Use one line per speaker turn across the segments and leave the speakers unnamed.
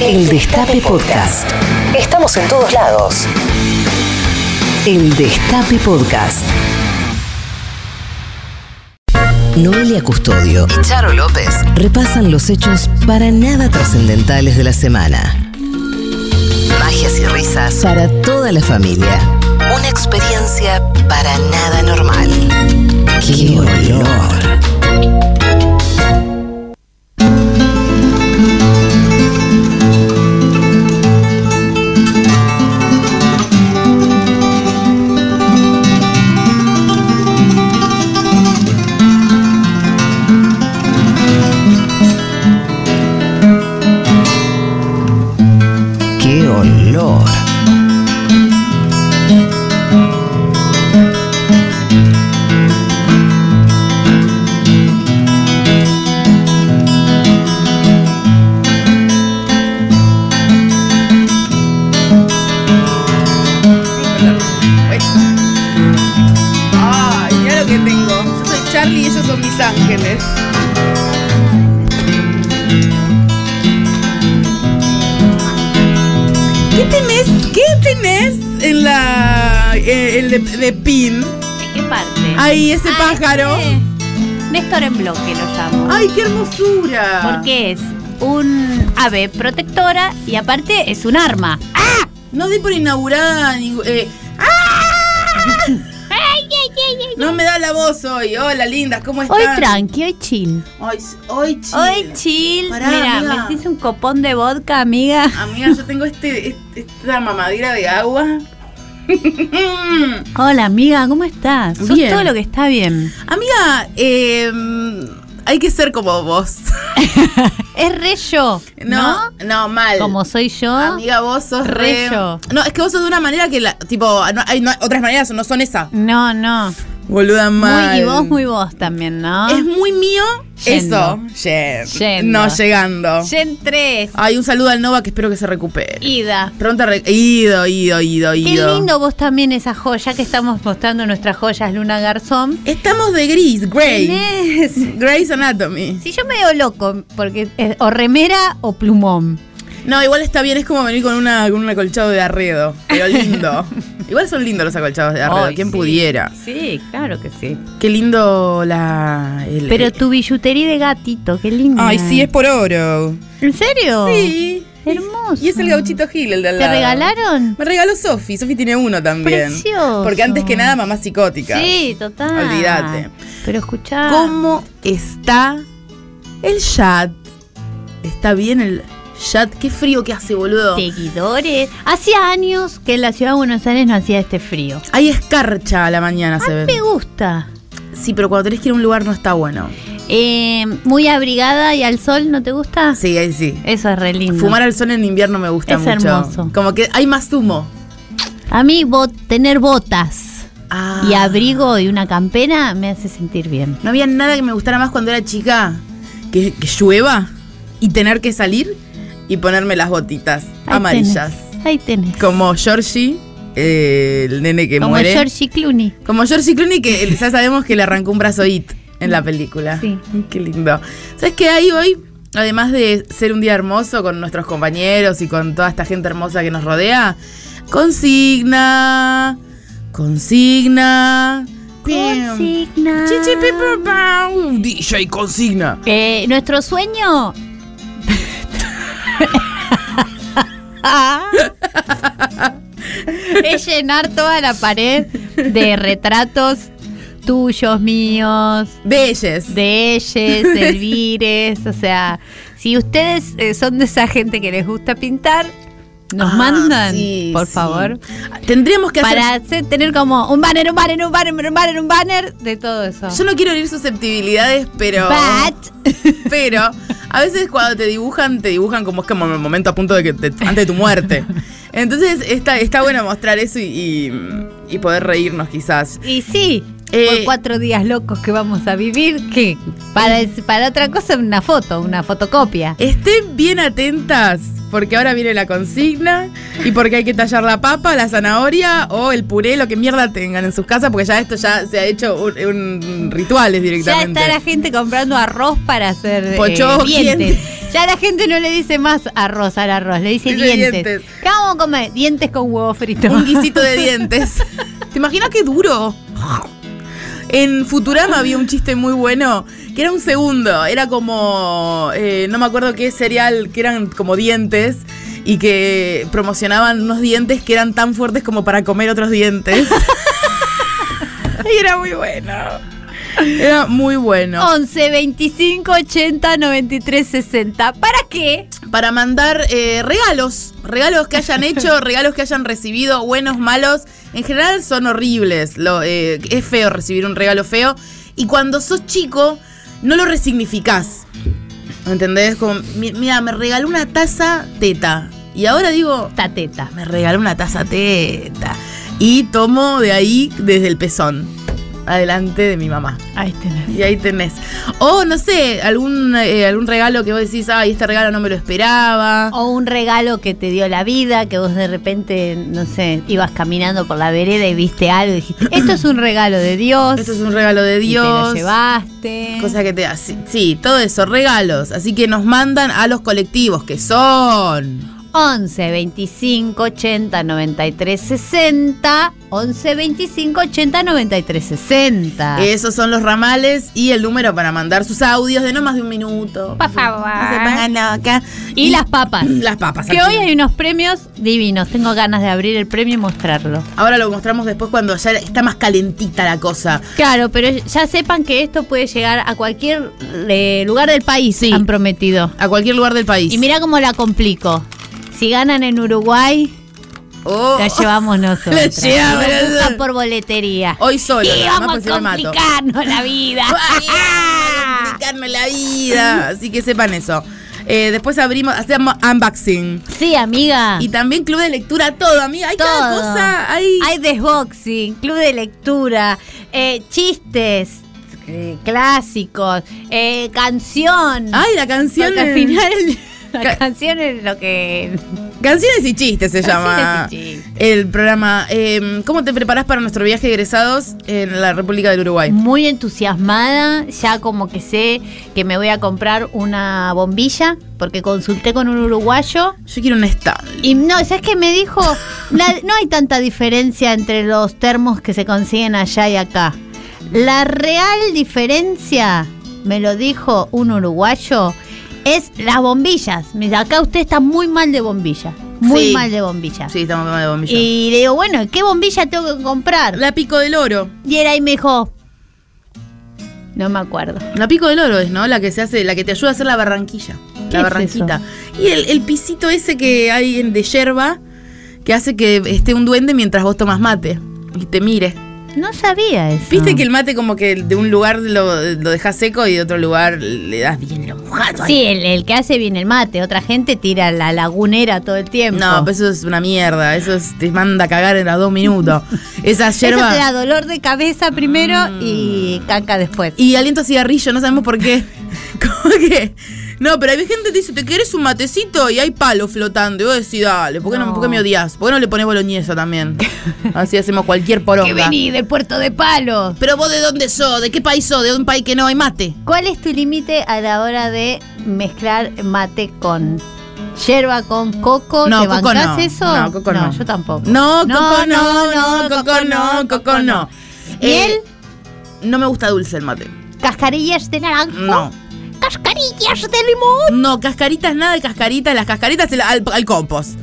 El Destape Podcast. Estamos en todos lados. El Destape Podcast. Noelia Custodio y Charo López repasan los hechos para nada trascendentales de la semana. Magias y risas para toda la familia. Una experiencia para nada normal. ¡Qué olor! ¡Qué olor!
Ah, mira lo que tengo. Yo soy Charlie y ellos son mis ángeles. ¿Qué tenés? ¿Qué tenés en la. eh, el de, de pin?
¿De qué parte?
Ahí, ese
Ah,
pájaro.
este. Néstor en bloque lo llamo.
¡Ay, qué hermosura!
Porque es un ave protectora y aparte es un arma.
No di por inaugurada ningú- eh, ¡ah! No me da la voz hoy. Hola, lindas, ¿cómo están?
Hoy tranqui, hoy chill.
Hoy, hoy, chill.
Hoy chill.
Pará,
Mira,
amiga.
me hice un copón de vodka, amiga.
Amiga, yo tengo este, este- esta mamadera de agua.
Hola, amiga, ¿cómo estás? Sos
Bien.
todo lo que está bien.
Amiga, eh, hay que ser como vos.
Es re yo, ¿no?
No, no, mal.
Como soy yo.
Amiga, vos sos
Re
re.
yo.
No, es que vos sos de una manera que la. Tipo, no, hay no- otras maneras no son esa.
No, no.
Boluda mal.
Muy, y vos, muy vos también, ¿no?
Es muy mío
Yendo.
eso. Yen-
Yendo.
No llegando.
Gen 3.
Ay, un saludo al Nova que espero que se recupere.
Ida.
Pronto re- Ido, ido, ido,
Qué
ido.
lindo vos también esa joya que estamos mostrando nuestras joyas Luna Garzón.
Estamos de gris, Grey.
Tenés-
Grey's Anatomy.
Si yo me veo loco, porque es o remera o plumón.
No, igual está bien, es como venir con, una, con un acolchado de arredo, pero lindo. igual son lindos los acolchados de arredo,
Ay,
quien
sí.
pudiera.
Sí, claro que sí.
Qué lindo la... el-
Pero
eh,
tu billutería de gatito, qué linda.
Ay, sí, es por oro.
¿En serio?
Sí.
Hermoso.
Y es el gauchito Gil, el de al
¿Te
lado.
regalaron?
Me regaló Sofi, Sofi tiene uno también.
Precioso.
Porque antes que nada, mamá psicótica.
Sí, total.
Olvídate.
Ah, Pero escuchá.
¿Cómo está el chat? ¿Está bien el chat? Qué frío que hace, boludo.
Seguidores. Hacía años que en la ciudad de Buenos Aires no hacía este frío.
Hay escarcha a la mañana, se ve.
Me gusta.
Sí, pero cuando tenés que ir a un lugar no está bueno.
Eh, muy abrigada y al sol, ¿no te gusta?
Sí, ahí sí.
Eso es re lindo.
Fumar al sol en invierno me gusta
Es
mucho.
hermoso.
Como que hay más humo.
A mí bo- tener botas
Ah.
y abrigo y una campera me hace sentir bien.
No había nada que me gustara más cuando era chica. Que, que llueva y tener que salir y ponerme las botitas
Ahí
amarillas.
tenés, ahí tenés.
Como Georgie, eh, el nene que
Como
muere.
Georgie Clooney.
Como Georgie Clooney, que el- ya sabemos que le arrancó un brazo IT en la película.
Sí.
Qué lindo. ¿Sabes qué hay hoy? Además de ser un día hermoso con nuestros compañeros y con toda esta gente hermosa que nos rodea, consigna, consigna.
Consigna.
Chichi Pepper Pow, DJ consigna.
Eh, Nuestro sueño. es llenar toda la pared de retratos tuyos, míos,
Belles.
de ellos, de Elvires, o sea, si ustedes eh, son de esa gente que les gusta pintar, nos
Ah,
mandan,
sí,
por
sí.
favor,
Tendríamos que hacer.
para hacer- tener como un banner, un banner, un banner, un banner, un banner de todo eso.
Yo no quiero herir susceptibilidades, pero.
But,
Pero a veces cuando te dibujan, te dibujan como es como en el momento a punto de que te- antes de tu muerte. Entonces está, está bueno mostrar eso y, y- y poder reírnos quizás.
y sí,
Eh,
por cuatro días locos que vamos a vivir, que para, para otra cosa una foto, una fotocopia.
Estén bien atentas porque ahora viene la consigna y porque hay que tallar la papa, la zanahoria o el puré, lo que mierda tengan en sus casas, porque ya esto ya se ha hecho un, un- rituales
Ya
directamente.
está la gente comprando arroz para hacer eh,
Pochoclos,
dientes.
dientes.
Ya la gente no le dice más arroz al arroz, le dice
Dice
dientes.
dientes.
¿Qué vamos a comer? Dientes con huevo frito.
Un guisito de dientes. ¿Te imaginas qué duro? En Futurama había un chiste muy bueno que era un segundo. Era como. eh, no me acuerdo qué cereal, que eran como dientes y que promocionaban unos dientes que eran tan fuertes como para comer otros dientes. y era muy bueno. Era muy bueno.
11 25 80 93 60. ¿Para qué?
para mandar eh, regalos, regalos que hayan hecho, regalos que hayan recibido, buenos, malos. En general son horribles. Lo, eh, es feo recibir un regalo feo. Y cuando sos chico, no lo resignificás. ¿Entendés? Como, mi- mira, me regaló una taza teta. Y ahora digo,
Tateta.
me regaló una taza teta. Y tomo de ahí desde el pezón. Adelante de mi mamá.
Ahí tenés.
Y ahí tenés. O no sé, algún, eh, algún regalo que vos decís, ay, este regalo no me lo esperaba.
O un regalo que te dio la vida, que vos de repente, no sé, ibas caminando por la vereda y viste algo y dijiste, esto es un regalo de Dios.
Esto es un regalo de
y te lo
Dios.
llevaste.
Cosa que te da. Sí, sí, todo eso, regalos. Así que nos mandan a los colectivos que son.
11 25 80 93 60. 11 25 80 93 60.
Esos son los ramales y el número para mandar sus audios de no más de un minuto.
Por favor.
No se pongan loca.
y las papas.
Las papas.
Que
aquí.
hoy hay unos premios divinos. Tengo ganas de abrir el premio y mostrarlo.
Ahora lo mostramos después cuando ya está más calentita la cosa.
Claro, pero ya sepan que esto puede llegar a cualquier eh, lugar del país,
Sí.
han prometido.
A cualquier lugar del país.
Y mira cómo la complico. Si ganan en Uruguay,
Oh.
la llevamos nosotros.
La llevamos
Y lo buscan
nosotros.
por boletería.
Hoy solo.
y
nada más,
vamos
porque
a
si me mato.
complicarnos la vida.
Ay, complicarme la vida. Así que sepan eso. Eh, después abrimos, hacemos unboxing.
Sí, amiga.
Y también club de lectura, todo, amiga. Hay cada
Todo.
cosa. Hay,
Hay desboxing, club de lectura, eh, chistes eh, clásicos, eh, canción.
Ay, la canción.
Porque al final la
Ca-
canción es lo que
Canciones y chistes se
Canciones
llama
y chistes.
el programa. Eh, ¿Cómo te preparás para nuestro viaje de egresados en la República del Uruguay?
muy entusiasmada, ya como que sé que me voy a comprar una bombilla porque consulté con un uruguayo
Yo quiero un stand.
y no, ¿sabes qué me dijo? La- no hay tanta diferencia entre los termos que se consiguen allá y acá. La real diferencia, me lo dijo un uruguayo, es las bombillas. Me dice, acá usted está muy mal de bombilla, muy
Sí.
mal de bombilla.
Sí, estamos tomando Ah, de bombilla.
Y le digo, bueno, ¿qué bombilla tengo que comprar?
La Pico del Oro.
Y era ahí me dijo, no me acuerdo.
La Pico del Oro es, ¿no? La que se hace, la que te ayuda a hacer la barranquilla.
¿Qué
La
es
barranquita. Y el, el pisito ese que hay en- de yerba que hace que esté un duende mientras vos tomas mate y te mire.
No sabía eso.
Viste que el mate como que de un lugar lo, lo dejas seco y de otro lugar le das bien lo mojado. ahí.
Sí, el, el que hace bien el mate. Otra gente tira la lagunera todo el tiempo.
No, pero eso es una mierda. Eso es- te manda a cagar en los dos minutos. Esa
Eso te da
yerba. Mm.
dolor de cabeza primero y caca después.
Y aliento a cigarrillo, no sabemos por qué. ¿Cómo que? No, pero hay gente que te dice, ¿te querés un matecito? Y hay palo flotando. Y vos decís, dale, ¿por qué no,
No.
¿por qué me odias? ¿Por qué no le pones boloñesa también? Así hacemos cualquier poronga.
que vení del puerto de palo.
Pero vos de dónde sos, de qué país sos, de un país que no hay mate.
¿Cuál es tu límite a la hora de mezclar mate con yerba, con coco?
No,
¿Te
coco
bancás
no.
eso?
No, coco no.
yo tampoco.
No, coco no, no, coco no, coco no.
Miel,
Eh, No me gusta dulce el mate.
cascarillas de naranjo,
No.
cascarillas de limón.
No, cascaritas, nada de cascaritas. Las cascaritas al, al- al compost.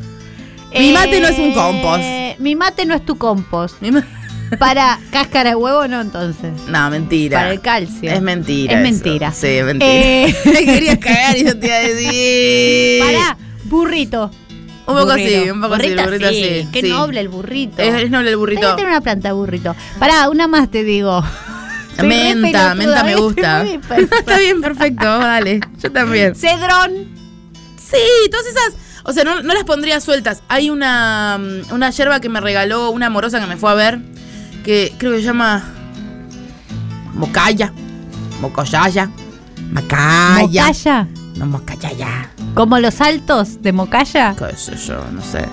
Mi mate no es un compost.
Eh, Mi mate no es tu compost.
Mi ma-
Para cáscara de huevo no entonces.
No, mentira.
Para el calcio.
Es mentira.
Es
eso.
mentira.
Sí, es mentira.
Eh.
Me querías cagar y yo te iba a decir.
Para burrito.
Un poco
Burrito.
así, un poco
burrito
así. Burrito así.
Qué
sí.
noble el burrito.
Es, es noble
Tenés que
el burrito.
tener una planta de burrito. Pará, una más te digo. Soy re pelotuda,
Menta, menta me
estoy
gusta.
muy dispersa.
Está bien, perfecto, dale. Yo también.
Cedrón.
Sí, todas esas. O sea, no, no las pondría sueltas. Hay una, mm, una yerba que me regaló una amorosa que me fue a ver, que creo que se llama Mocaya, Mocoyaya, Macaya.
Mocaya.
No, Mocayaya.
Como los altos de Mocaya.
Qué sé yo, no sé.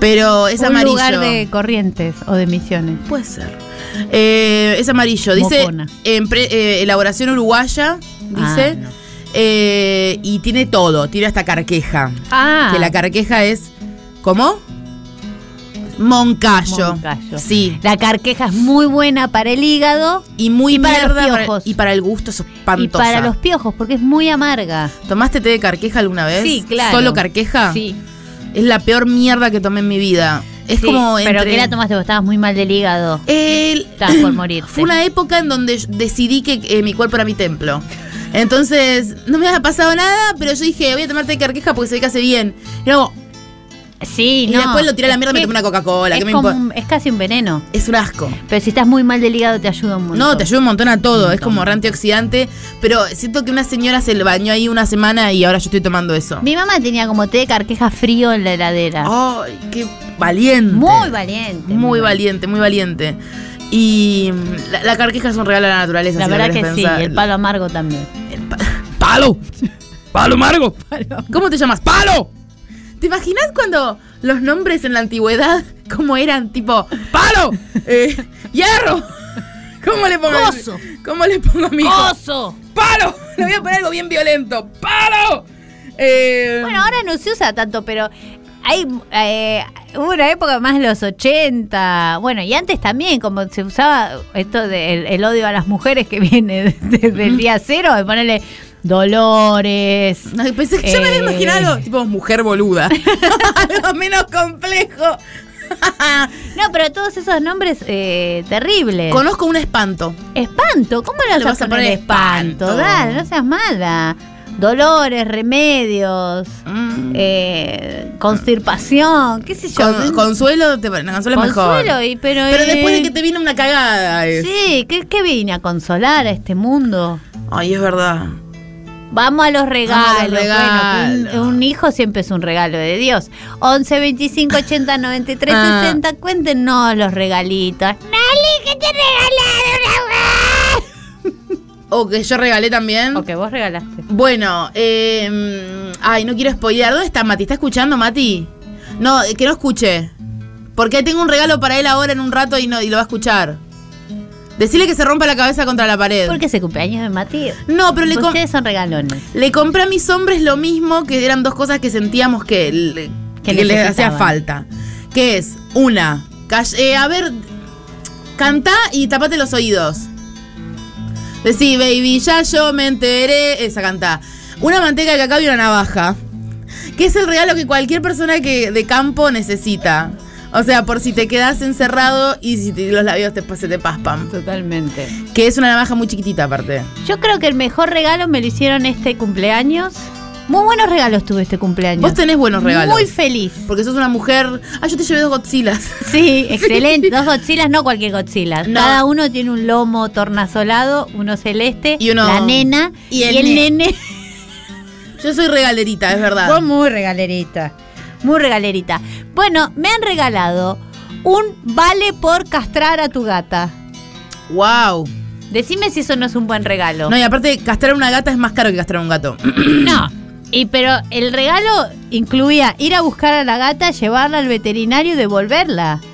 Pero es
un
amarillo.
lugar de Corrientes o de Misiones.
Puede ser. Eh, es amarillo. Dice
Mocona.
empre- eh, elaboración uruguaya,
Ah,
dice.
no.
Eh, y tiene todo, tiene hasta carqueja.
Ah,
Que la carqueja es. ¿Cómo? Moncayo.
Moncayo.
Sí.
la carqueja es muy buena para el hígado
Y muy
Y para los
mierda
piojos.
y para el gusto es
y
espantosa.
para los piojos porque es muy amarga.
¿Tomaste té de carqueja alguna vez?
Sí, claro.
¿Solo carqueja?
Sí.
Es la peor mierda que tomé en mi vida. Es
Sí,
como
Pero
entre-
que la tomaste vos, estabas muy mal del hígado.
El-
Estabas por morirte.
Fue una época en donde yo decidí que eh, mi cuerpo era mi templo. Entonces, no me había pasado nada, pero yo dije, voy a tomarte de carqueja porque se ve que hace bien. Y, luego,
Sí,
y
no.
después lo tiré a la
es
mierda y me
que
tomé una Coca-Cola.
es
¿qué me
como
impo-
un- es casi un veneno.
Es un asco.
Pero si estás muy mal del hígado te ayuda un montón.
No, te ayuda un montón a todo. Es
montón.
como re antioxidante. Pero siento que una señora se le bañó ahí una semana y ahora yo estoy tomando eso.
Mi mamá tenía como té de carqueja frío en la heladera.
¡Ay, qué valiente!
muy valiente.
Muy valiente, muy valiente. Y mm, la, la carqueja es un regalo a la naturaleza.
La
si lo
verdad que
querés
sí,
pensar.
el palo amargo también.
El pa- ¡Palo! ¡Palo Margo! ¿Cómo te llamas? ¡Palo! ¿Te imaginas cuando los nombres en la antigüedad, cómo eran? Tipo, ¡Palo! Eh, ¡Hierro! ¿Cómo le pongo? a mi-
Coso.
¿Cómo le pongo a mi hijo?
¡Coso!
¡Palo! Le voy a poner algo bien violento. ¡Palo! Eh,
Bueno, ahora no se usa tanto, pero hay eh, hubo una época más de los 80, bueno, y antes también, como se usaba esto del el odio a las mujeres que viene desde el día cero, de ponerle dolores.
No, pensé que yo me había
Eh.
imaginado, tipo, mujer boluda. Algo menos complejo.
No, pero todos esos nombres eh, terribles.
Conozco un espanto.
Espanto, ¿cómo le vas, a poner, espanto?
espanto?
Dale, no seas mala. Dolores, remedios,
Mm.
eh, constipación, qué sé yo.
Con- consuelo, te, no, consuelo, es mejor.
Consuelo, y- pero,
Pero
eh,
después de que te viene una cagada. es-
Sí, ¿qué, qué vine a consolar a este mundo?
Ay, es verdad.
Vamos a los regalos.
Vamos a los
bueno, que un,
regalos.
un hijo siempre es un regalo de Dios. 11, 25, 80, 93,
Ah.
60. Cuéntenos los regalitos. Nali, ¿qué te regalaron?
O que yo regalé también.
O que vos regalaste.
Bueno, eh, ay, no quiero spoilear. ¿Dónde está Mati? ¿Está escuchando, Mati? No, eh, que no escuche. Porque tengo un regalo para él ahora en un rato y, no, y lo va a escuchar. Decirle que se rompa la cabeza contra la pared.
Porque ese cumpleaños de Mati.
No, pero le, com-
Ustedes son regalones.
le compré a mis hombres lo mismo que eran dos cosas que sentíamos que, le-
Que
que les
necesitaban.
hacía falta. Que es, una, call- eh, a ver, cantá y tapate los oídos. Decí, baby, ya yo me enteré. Esa cantá. Una manteca de cacao y una navaja. Que es el regalo que cualquier persona que de campo necesita. O sea, por si te quedas encerrado y si te- los labios te, se te paspan.
Totalmente.
Que es una navaja muy chiquitita aparte.
Yo creo que el mejor regalo me lo hicieron este cumpleaños. Muy buenos regalos tuve este cumpleaños.
Vos tenés buenos regalos.
Muy feliz.
Porque sos una mujer. Ah, yo te llevé dos Godzillas.
Sí, excelente. Dos Godzillas, no cualquier Godzilla.
No.
Cada uno tiene un lomo tornasolado, uno celeste,
Y uno-
la nena
y
y
el
el,
ne-
nene.
Yo soy regalerita, es verdad.
Vos muy regalerita. Muy regalerita. Bueno, me han regalado un vale por castrar a tu gata.
Wow.
Decime si eso no es un buen regalo.
No, y aparte, castrar una gata es más caro que castrar un gato.
No. Y pero el regalo incluía ir a buscar a la gata, llevarla al veterinario y devolverla.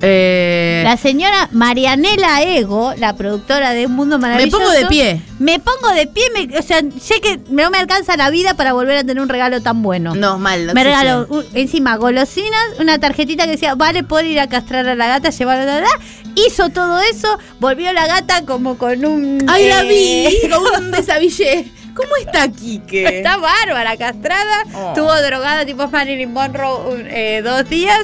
Eh,
La señora Marianela Ego, la productora de Un Mundo
me
Maravilloso.
pongo de pie.
Me pongo de pie, me- o sea, sé que no me alcanza la vida para volver a tener un regalo tan bueno.
No, mal. no
me
existe.
regaló un- encima golosinas, una tarjetita que decía, vale por ir a castrar a la gata, llevarla a la... Hizo todo eso, volvió la gata como con un...
¡Ay, la
eh,
vi! Con un desabillé. ¿Cómo está Quique?
Está bárbara, castrada.
Oh.
Estuvo drogada tipo Marilyn Monroe un- eh, dos días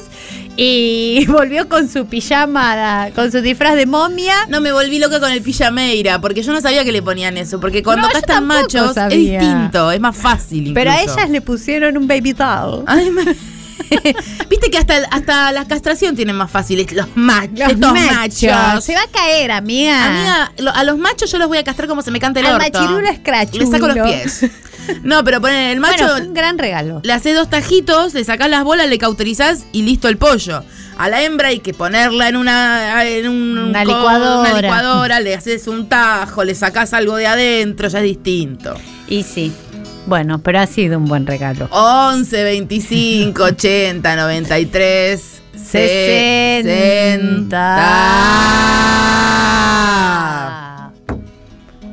y volvió con su pijama, con su disfraz de momia.
No, me volví loca con el pijameira, porque yo no sabía que le ponían eso. Porque cuando
No,
acá
yo
están
tampoco
machos,
sabía.
es distinto, es más fácil.
Pero a
incluso.
ellas le pusieron un baby towel.
Ay, me- Viste que hasta, hasta la castración tienen más fácil. Los machos. estos machos.
Se va a caer, amiga.
Amiga, lo- a los machos yo los voy a castrar como se me canta el
Al
orto.
machirulo escrachulo.
Le saco los pies. No, pero ponen el macho,
Bueno, fue un gran regalo.
le haces dos tajitos, le sacás las bolas, le cauterizás y listo el pollo. A la hembra hay que ponerla en una en un-
Una
co-
licuadora.
una licuadora, le haces un tajo, le sacás algo de adentro, ya es distinto.
Y sí. Bueno, pero ha sido un buen regalo.
Oh. 11, 25, 80, 93, 60.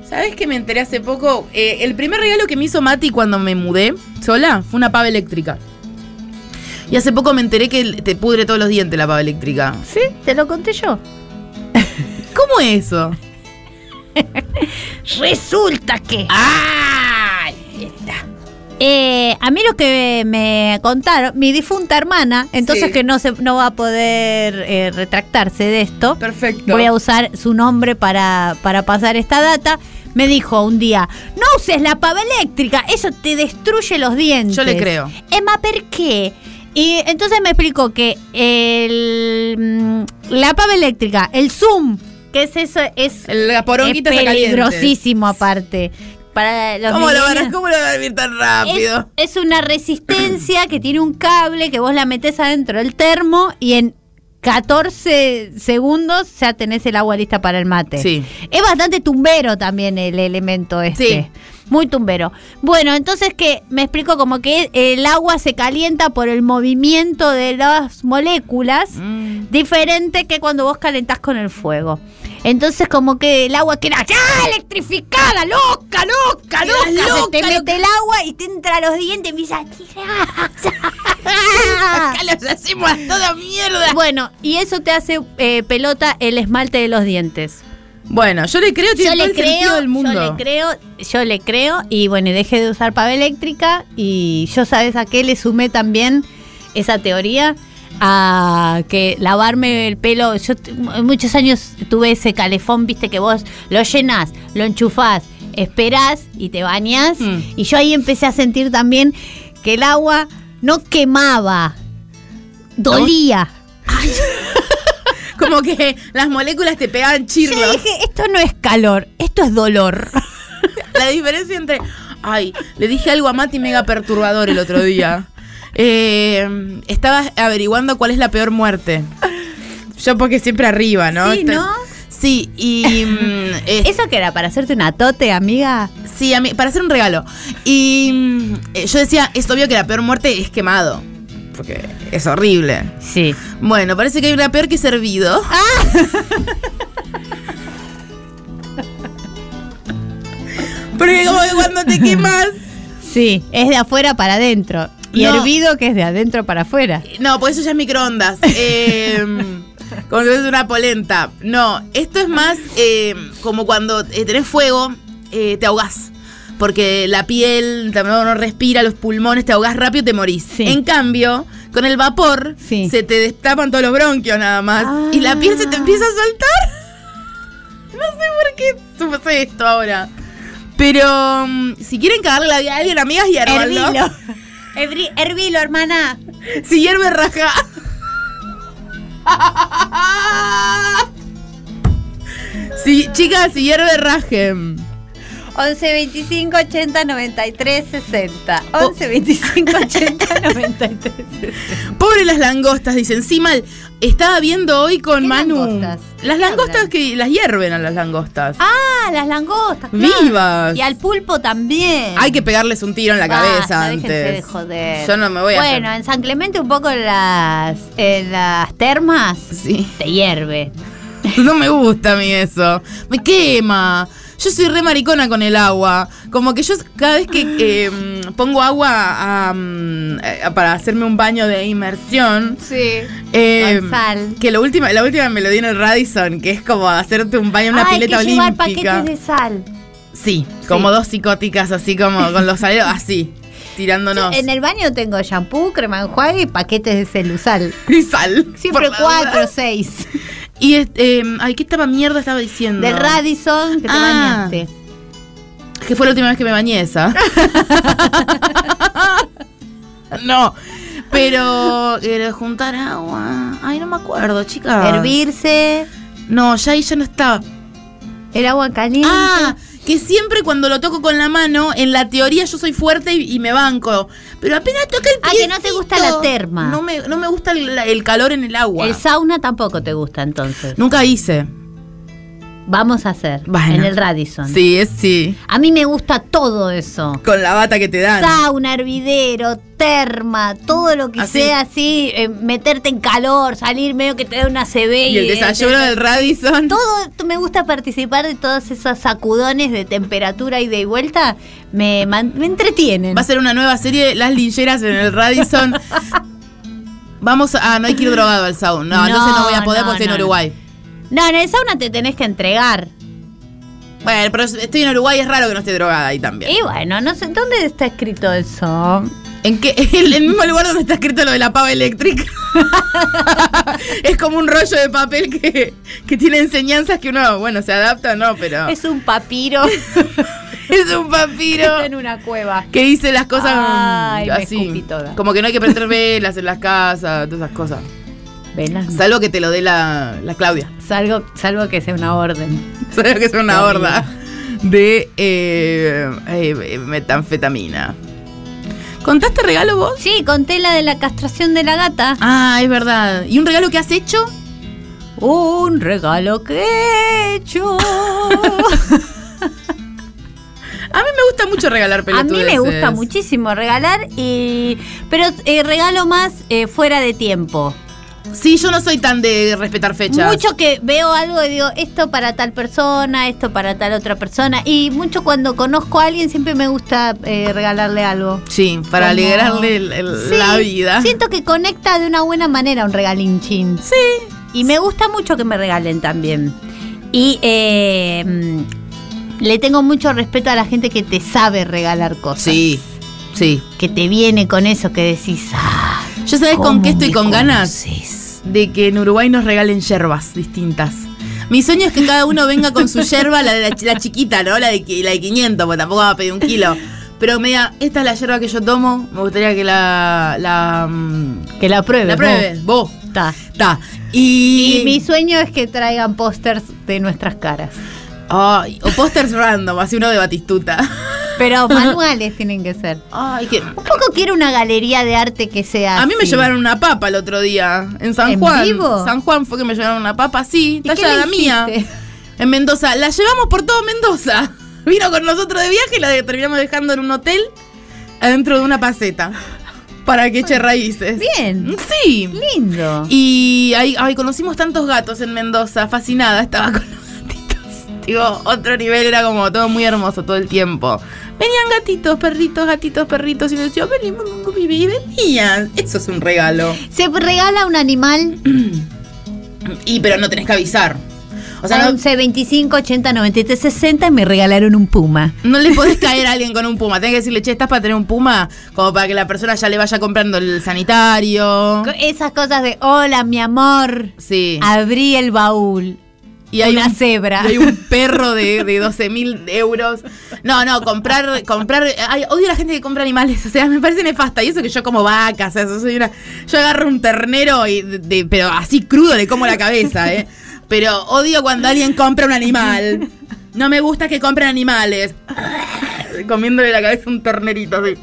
¿Sabes que me enteré hace poco? Eh, el primer regalo que me hizo Mati cuando me mudé sola fue una pava eléctrica. Y hace poco me enteré que te pudre todos los dientes la pava eléctrica.
Sí, te lo conté yo.
¿Cómo es eso?
Resulta que.
¡Ah! Ahí está.
Eh, a mí lo que me contaron, mi difunta hermana, entonces
Sí.
que no se no va a poder eh, retractarse de esto.
Perfecto.
Voy a usar su nombre para, para pasar esta data. Me dijo un día, no uses la pava eléctrica, eso te destruye los dientes.
Yo le creo.
Emma, ¿por qué? Y entonces me explicó que el, mm, la pava eléctrica, el Zoom, que es eso, es,
La
es
poronguita es
peligrosísimo aparte. Para los
¿Cómo lo, van a,
millennials-
¿Cómo lo van a hervir tan
es,
rápido?
es una resistencia que tiene un cable que vos la metés adentro del termo y en 14 segundos ya tenés el agua lista para el mate.
Sí.
Es bastante tumbero también el elemento este. Muy tumbero. Bueno, entonces que me explico como que el agua se calienta por el movimiento de las moléculas,
Mm.
diferente que cuando vos calentás con el fuego. Entonces como que el agua queda ya electrificada, loca, loca,
Quedás
loca. Se
loca,
te mete
loca.
el agua y te entra a los dientes y empieza a tirar.
Acá los hacemos a toda mierda.
bueno, y eso te hace eh, pelota el esmalte de los dientes.
Bueno, yo le creo, tiene
yo
todo
le
el sentido
creo,
del mundo.
yo le creo, yo le creo y bueno, y dejé de usar pava eléctrica y yo sabes a qué le sumé también esa teoría a que lavarme el pelo, yo t- m- muchos años tuve ese calefón, viste que vos lo llenás, lo enchufás, esperás y te bañás
Mm.
y yo ahí empecé a sentir también que el agua no quemaba, dolía.
Como que las moléculas te pegaban
Yo
chirlos.
dije, esto no es calor, esto es dolor.
La diferencia entre. Ay, le dije algo a Mati mega perturbador el otro día. Eh, estaba averiguando cuál es la peor muerte. Yo, porque siempre arriba, ¿no?
Sí,
Estoy-
¿no?
Sí, y. mm, eh,
¿Eso que era para hacerte una tote, amiga?
Sí, a mí- para hacer un regalo. Y mm, eh, yo decía, es obvio que la peor muerte es quemado. Porque es horrible.
Sí.
Bueno, parece que hay una peor que es hervido. Porque como que cuando te quemas.
Sí, es de afuera para adentro. Y
No.
hervido que es de adentro para afuera.
No, pues eso ya es microondas. Eh, como que es una polenta. No, esto es más eh, como cuando eh, tenés fuego, eh, te ahogás. Porque la piel no, no respira, los pulmones, te ahogás rápido y te morís.
Sí.
En cambio, con el vapor
Sí.
se te destapan todos los bronquios nada más.
Ah.
Y la piel se te empieza a soltar. No sé por qué sucede esto ahora. Pero mm, si quieren cagarle la vida a alguien, amigas, y
Hervilo. Hervi- hervilo, hermana.
si hierve, raja. Sí, chicas, si hierve, rajen.
11 25 80 93 60. 11 25 80 93 60.
Pobre las langostas, dicen. Sí, mal. Estaba viendo hoy con
¿Qué
Manu.
langostas?
Las
¿Qué
langostas
hablan?
que las hierven a las langostas.
Ah, las langostas. claro.
¡Vivas!
Y al pulpo también.
Hay que pegarles un tiro en la cabeza
Basta, déjense
antes.
de joder.
Yo no me voy a.
Bueno, en San Clemente un poco las, en las termas
hacer- Sí.
te hierve.
No me gusta a mí eso. Me quema. Yo soy re maricona con el agua. Como que yo cada vez que eh, pongo agua a, mm, eh, para hacerme un baño de inmersión.
Sí.
eh,
Con sal.
que lo última, la última me lo di en el Radisson, que es como hacerte un baño en una
Ah, hay
pileta
que llevar
olímpica.
paquetes de sal.
Sí, como dos psicóticas, así como con los saleros, así, tirándonos.
En el baño tengo shampoo, crema de enjuague y paquetes de celusal.
Y sal.
Siempre
por la
cuatro o
duda.
seis.
Y este, eh, ay, ¿qué estaba mierda estaba diciendo?
De Radisson que te
Ah.
bañaste.
Que fue la última vez que me bañé esa. no. Pero eh, juntar
Ah,
agua. Ay, no me acuerdo, chica.
Hervirse,
No, ya ahí ya no estaba.
el agua caliente.
Ah, que siempre cuando lo toco con la mano, en la teoría yo soy fuerte y, y me banco. Pero apenas toca el
Ah,
pie.
que no te gusta la terma.
No me, no me gusta el, el calor en el agua.
El sauna tampoco te gusta entonces.
Nunca hice.
vamos a hacer
Bueno.
en el Radisson.
Sí, es sí.
A mí me gusta todo eso.
Con la bata que te dan.
Sauna, hervidero, terma, todo lo que
Así.
sea así, eh, meterte en calor, salir medio que te da una CB.
Y el desayuno del Radisson.
Todo, esto- me gusta participar de todos esos sacudones de temperatura ida y vuelta, me, man- me entretienen.
Va a ser una nueva serie, Las Lincheras en el Radisson. Vamos a. Ah, no hay que ir drogado al sauna. No,
No,
entonces no voy a poder
no,
porque estoy
no,
en
no.
Uruguay.
No, en el sauna te tenés que entregar.
Bueno, pero estoy en Uruguay, es raro que no esté drogada ahí también.
Y bueno, no sé, ¿dónde está escrito eso?
¿En qué? El, el mismo lugar donde está escrito lo de la pava eléctrica. es como un rollo de papel que, que tiene enseñanzas que uno, bueno, se adapta o no, pero. Es,
Es un papiro
un
que
papiro
está en una cueva.
que dice las cosas mm,
Ay, me escupí
así.
toda.
Como que no hay que prender velas en las casas, todas esas cosas.
Velas,
Salvo que te lo dé la, la Claudia.
salvo, salvo que sea una orden.
Sabía que es una
Horrible.
horda de eh, eh, metanfetamina. ¿Contaste regalo vos?
Sí, conté la de la castración de la gata.
Ah, es verdad. ¿Y un regalo que has hecho?
Un regalo que he hecho.
A mí me gusta mucho regalar
A
pelotudeces.
mí me gusta muchísimo regalar, y pero eh, regalo más eh, fuera de tiempo.
Sí, yo no soy tan de respetar fechas.
Mucho que veo algo y digo, esto para tal persona, esto para tal otra persona. Y mucho cuando conozco a alguien siempre me gusta eh, regalarle algo.
Sí, para
Como-
alegrarle el- el-
Sí,
la vida.
Siento que conecta de una buena manera un regalinchín. Sí. Y me gusta mucho que me regalen también. Y eh, mm, le tengo mucho respeto a la gente que te sabe regalar cosas.
Sí, sí.
Que te viene con eso que decís, ah,
¿Yo sabes con
¿cómo
qué estoy
me
con ganas?
conoces?
De que en Uruguay nos regalen yerbas distintas. Mi sueño es que cada uno venga con su yerba, la, de la, chi- la chiquita, ¿no? La de, qui- la de 500, porque tampoco va a pedir un kilo. Pero me diga, esta es la yerba que yo tomo, me gustaría que la. la. mm,
Que la pruebe.
la pruebes, vos.
Está.
Ta.
Y
Y.
mi sueño es que traigan pósters de nuestras caras.
Ay, o pósters random, así uno de Batistuta.
Pero manuales tienen que ser.
Ay, que.
Un poco quiero una galería de arte que sea.
A mí me
así.
llevaron una papa el otro día, en San
¿En
Juan.
vivo?
San Juan fue que me llevaron una papa, sí,
¿Y qué le
tallada mía.
hiciste?
En Mendoza, la llevamos por todo Mendoza. Vino con nosotros de viaje y la de- terminamos dejando en un hotel adentro de una paceta para que eche raíces. Mm,
Bien,
Sí.
lindo.
Y ahí, ay, conocimos tantos gatos en Mendoza, fascinada estaba con los gatitos. Digo, otro nivel era como todo muy hermoso todo el tiempo. Venían gatitos, perritos, gatitos, perritos y me decía, vení, vení, vení, venían. Eso es un regalo.
¿Se regala un animal?
Y pero no tenés que avisar. O
O
sea, no,
11, 25, 80, 93, 60 y me regalaron un puma.
No le podés caer a alguien con un puma. Tenés que decirle, che, ¿estás para tener un puma? Como para que la persona ya le vaya comprando el sanitario.
Esas cosas de, hola, mi amor,
Sí.
abrí el baúl.
Y
una
un,
cebra.
y hay un perro de, de 12 mil euros. No, no, comprar, comprar. ay, odio a la gente que compra animales. O sea, me parece nefasta. Y eso que yo como vacas. O sea, yo soy una. Yo agarro un ternero y de- de- pero así crudo le como la cabeza, ¿eh? Pero odio cuando alguien compra un animal. No me gusta que compren animales. Comiéndole la cabeza a un ternerito así.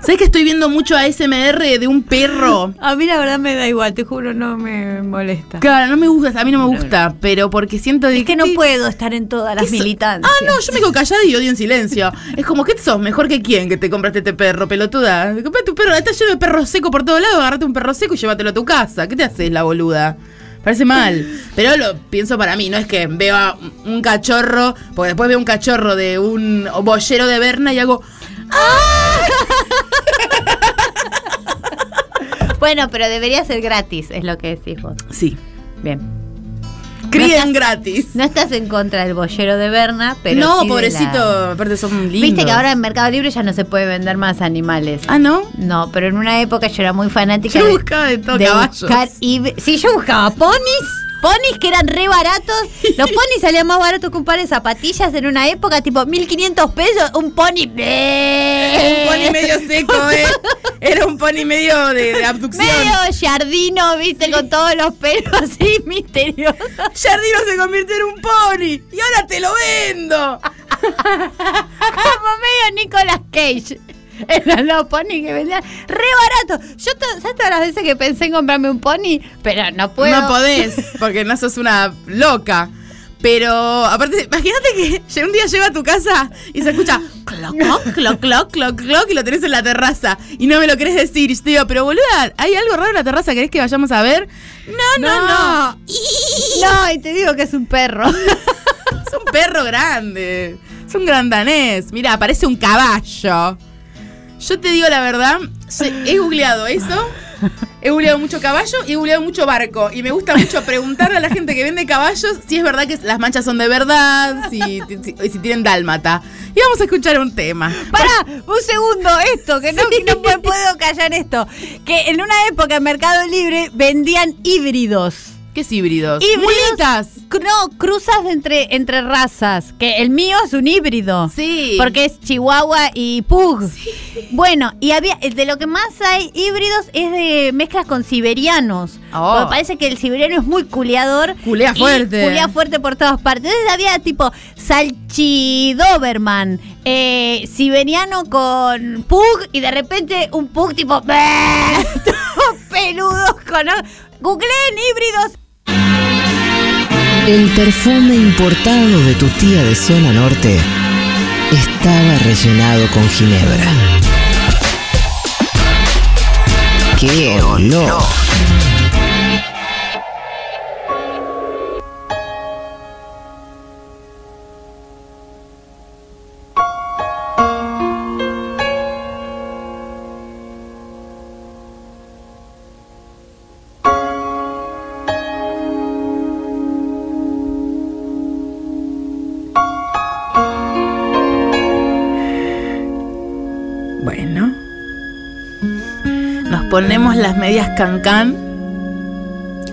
¿Sabes que estoy viendo mucho ASMR de un perro?
A mí la verdad me da igual, te juro, no me molesta.
Claro, no me gusta, a mí no me gusta, pero porque siento
Es que no
puedo
puedo estar en todas las
¿Qué so-
militancias.
Ah, no, yo me quedo callada y odio en silencio. Es como, ¿qué sos? ¿Mejor que quién que te compraste este perro, pelotuda? Comprate tu perro, está lleno de perros secos por todos lados, agarrate un perro seco y llévatelo a tu casa. ¿Qué te haces, la boluda? Parece mal. Pero lo pienso para mí, no es que veo a un- un cachorro, porque después veo un cachorro de un bollero de Berna y hago,
¡Ah! Bueno, pero debería ser gratis, es lo que decís vos.
sí,
Bien.
críen gratis.
No estás en contra del bollero de Berna, pero.
no,
sí de la-
pobrecito, aparte son lindos.
Viste que ahora en Mercado Libre ya no se puede vender más animales.
Ah, ¿no?
No, pero en una época yo era muy fanática
Yo
de,
buscaba de todo,
de
caballos.
buscar y ve- sí, yo buscaba ponis, ponis que eran re baratos. Los ponis salían más baratos que un par de zapatillas en una época, tipo 1500 pesos, un eh. pony.
Un pony medio seco, ¿eh? Era un pony medio de, de abducción.
Medio jardino, viste, con todos los pelos así misteriosos.
Jardino se convirtió en un pony y ahora te lo vendo.
Como Ah, medio Nicolas Cage. Eran los ponis que vendían re barato. Yo, to- ¿sabes todas las veces que pensé en comprarme un pony? Pero no puedo.
No podés, porque no sos una loca. Pero aparte, imagínate que un día lleva a tu casa y se escucha cloc, cloc, cloc, cloc, cloc, cloc, y lo tenés en la terraza. Y no me lo querés decir. Y yo te digo, pero boluda, ¿hay algo raro en la terraza? ¿Querés que vayamos a ver? No, no, no.
No, y te digo que es un perro.
Es un perro grande. Es un gran danés. Mira, parece un caballo. Yo te digo la verdad, he googleado eso. He googleado mucho caballo y he googleado mucho barco. Y me gusta mucho preguntarle a la gente que vende caballos si es verdad que las manchas son de verdad, si, si, si tienen dálmata. Y vamos a escuchar un tema.
Pará, un segundo, esto, que no, que no pu- puedo callar esto. Que en una época en Mercado Libre vendían híbridos.
¿Qué es híbridos?
Híbridos.
Muletas.
Cru- No, cruzas de entre, entre razas. Que el mío es un híbrido.
Sí.
Porque es Chihuahua y Pug. Bueno, y había de lo que más hay híbridos es de mezclas con siberianos.
Oh.
Porque parece que el siberiano es muy culeador.
Culea
y
fuerte.
Culea fuerte por todas partes. Entonces había tipo salchidoberman, eh, siberiano con Pug y de repente un Pug tipo... "Bah", todos peludos con... Googleen híbridos
El perfume importado de tu tía de zona norte estaba rellenado con ginebra. ¡Qué olor!
Bueno. Nos ponemos las medias cancán.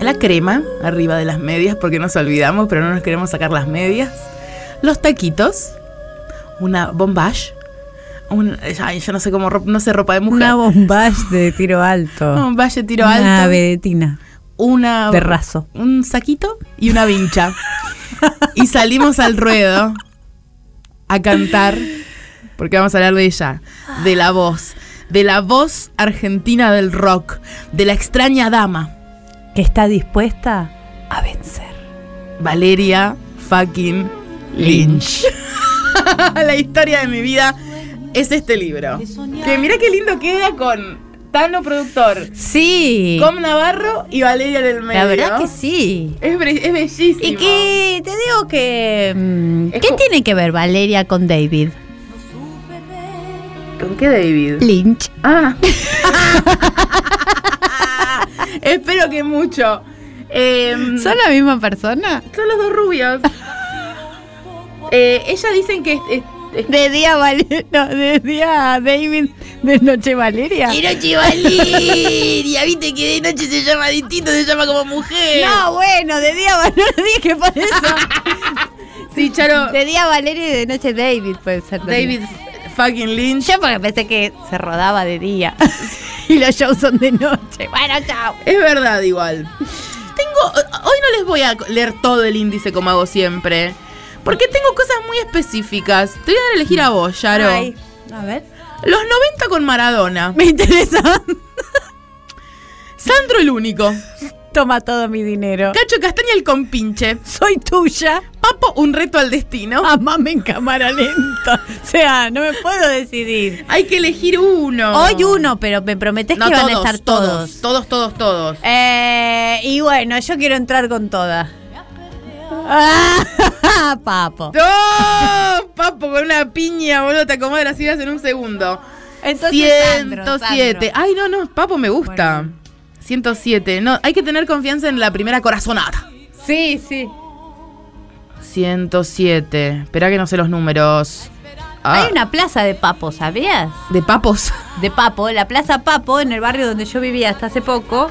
La crema arriba de las medias porque nos olvidamos, pero no nos queremos sacar las medias. Los taquitos. Una bombage. Un, ay, yo no sé cómo, ro- no sé ropa de mujer.
Una bombage de tiro alto.
Una bombage de tiro
Oh. una
alto. Ah,
vedetina.
una
de raso.
un saquito y una vincha. y salimos al ruedo a cantar, porque vamos a hablar de ella, de la voz, de la voz argentina del rock, de la extraña dama,
Que está dispuesta a vencer.
Valeria fucking Lynch. la historia de mi vida es este libro. Que mira qué lindo queda con Tano productor,
Sí.
Com Navarro y Valeria en el medio.
La verdad que sí.
Es, bre- es bellísimo.
Y que te digo que. mm,
Es
¿Qué
co-
tiene que ver Valeria con David?
¿Con qué David?
Lynch.
Ah. Espero que mucho. Em,
¿Son la misma persona?
son los dos rubios. Eh, ella dicen que es- es- es-
De día, Vale- no, de día David, de noche Valeria.
noche Valeria, viste que de noche se llama distinto, se llama como mujer.
No, bueno, de día Valeria, dije por eso.
Sí, Charo,
De día Valeria y de noche David puede ser. también.
David fucking Lynch.
Yo porque pensé que se rodaba de día y los shows son de noche. Bueno, chao.
Es verdad igual. Tengo. Hoy no les voy a leer todo el índice como hago siempre. Porque tengo cosas muy específicas. Te voy a dar a elegir a vos, Charo.
Ay, A ver.
Los 90 con Maradona.
Me interesa.
Sandro el único.
Toma todo mi dinero.
Cacho Castaña el compinche.
Soy tuya.
Papo un reto al destino.
Amame en cámara lenta. O sea, no me puedo decidir.
Hay que elegir uno.
Hoy uno, pero me prometes
No,
que van
todos,
a estar todos.
todos. Todos, todos, todos.
Eh, y bueno, yo quiero entrar con toda. Ah, papo.
¡No! Papo con una piña, boludo. Te acomodas las ideas en un segundo.
Entonces, Sandro,
107. Ay, no, no. Papo me gusta. 107. No, hay que tener confianza en la primera corazonada.
Sandro. Sí, sí.
107. Espera que no sé los números. Ah,
Hay una plaza de papo, ¿sabías?
De papos.
de Papo, la Plaza Papo, en el barrio donde yo vivía hasta hace poco,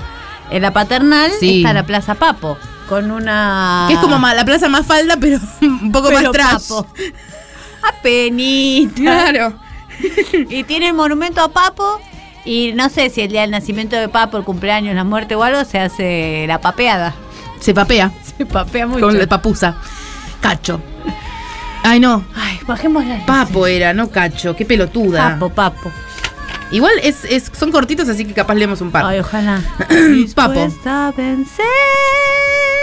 en la paternal,
Sí.
está la Plaza Papo, con una...
Que es como ma- la plaza más falda, pero un poco
Pero
más trash.
Papo. Apenita.
Claro.
y tiene el monumento a Papo, y no sé si el día del nacimiento de Papo, el cumpleaños, la muerte o algo, se hace la papeada.
Se papea.
Se papea mucho.
Con la papusa. Cacho. Ay, no.
Ay, bajemos la...
Papo era, no cacho. Qué pelotuda.
Papo, Papo.
Igual es, es- son cortitos, así que capaz leemos un par.
Ay, ojalá.
Papo.
Dispuesta a vencer.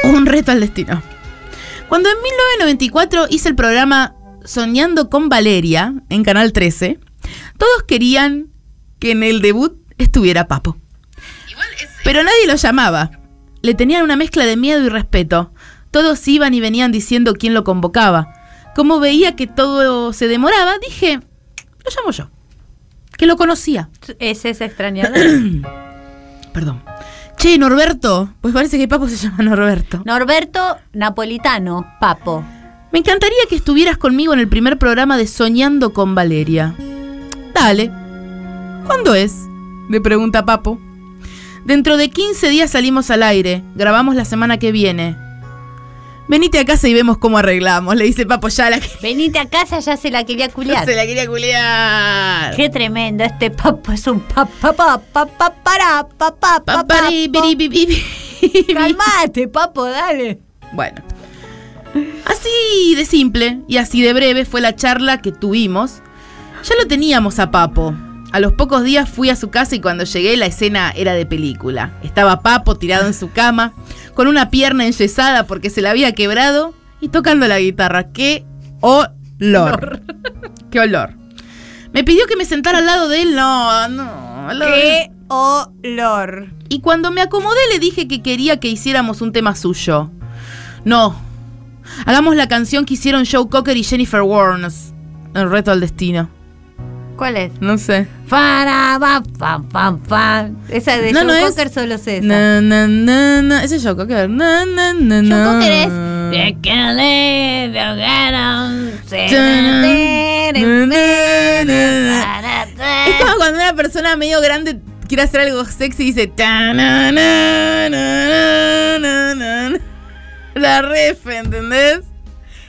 Un reto al destino. Cuando en 1994 hice el programa Soñando con Valeria en Canal 13, todos querían que en el debut estuviera Papo. Pero nadie lo llamaba. Le tenían una mezcla de miedo y respeto. Todos iban y venían diciendo quién lo convocaba. Como veía que todo se demoraba, dije, lo llamo yo. Que lo conocía.
Ese es extrañado.
Perdón. Che, Norberto. Pues parece que Papo se llama Norberto.
Norberto Napolitano, papo.
Me encantaría que estuvieras conmigo en el primer programa de Soñando con Valeria. Dale. ¿Cuándo es? Le pregunta Papo. Dentro de 15 días salimos al aire. Grabamos la semana que viene. Venite a casa y vemos cómo arreglamos, le dice Papo ya a la que
Venite a casa, ya se la quería culiar.
se la quería culiar.
Qué tremendo, este papo es un papá, papá, papá, para, papá, papá.
Papari, biri, bi, bi, bi.
Calmate, Este papo, dale.
Bueno. Así de simple y así de breve fue la charla que tuvimos. Ya lo teníamos a Papo. A los pocos días fui a su casa y cuando llegué la escena era de película. Estaba Papo tirado en su cama, con una pierna enyesada porque se la había quebrado y tocando la guitarra. ¡Qué olor! ¡Qué olor! Me pidió que me sentara al lado de él. No, no. al lado de él.
Qué olor.
Y cuando me acomodé le dije que quería que hiciéramos un tema suyo. No. Hagamos la canción que hicieron Joe Cocker y Jennifer Warnes. El reto al destino.
¿Cuál es?
No sé.
Fara, ba, fan, fan, fan. Esa de
No,
Joe
no es.
Cocker solo sé esa.
Na, na, na, na. Ese es Joe Cocker. Na, na, na,
Joe
na.
Cocker es. They can live, you get on, say,
Tana,
na,
na, na, na.
na, na, na.
Es como cuando una persona medio grande quiere hacer algo sexy y dice. "Ta, na, na, na, na, na, na". La ref, ¿entendés?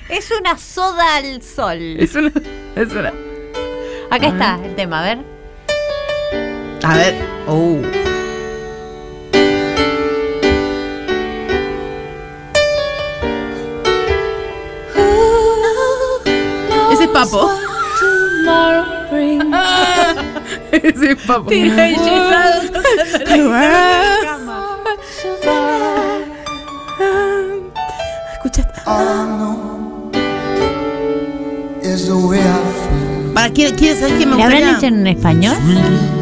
Es una soda al sol.
Es una. Es una.
Acá está el tema, a ver.
A ver. Oh. Ese es papo. Ese es papo. Escucha. Para quién quién saber quién me
¿Le habrán
gustaría?
hecho en español?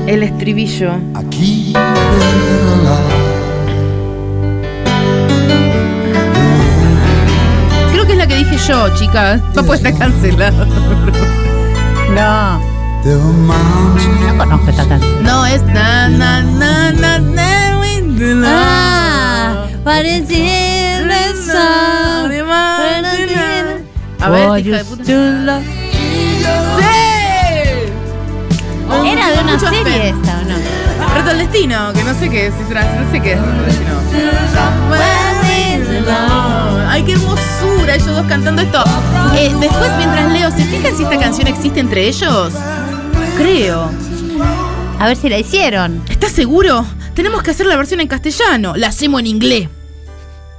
El estribillo.
Aquí verla,
Creo que es la que dije yo, chicas. Papo está cancelado.
No,
the mountain
no conozco esta canción.
No es na na na na na we do not.
Ah, pareciera esa.
A ver, hija de puta. ¡Sí!
Era de una
Mucho
serie
aspecto.
esta, ¿o no?
Reto al destino, que no sé qué es, es una- no sé qué es Reto al destino. Ay, qué hermosura, ellos dos cantando esto. Eh, después, mientras leo, ¿se fijan si esta canción existe entre ellos? Creo.
A ver si la hicieron.
¿Estás seguro? Tenemos que hacer la versión en castellano. La hacemos en inglés.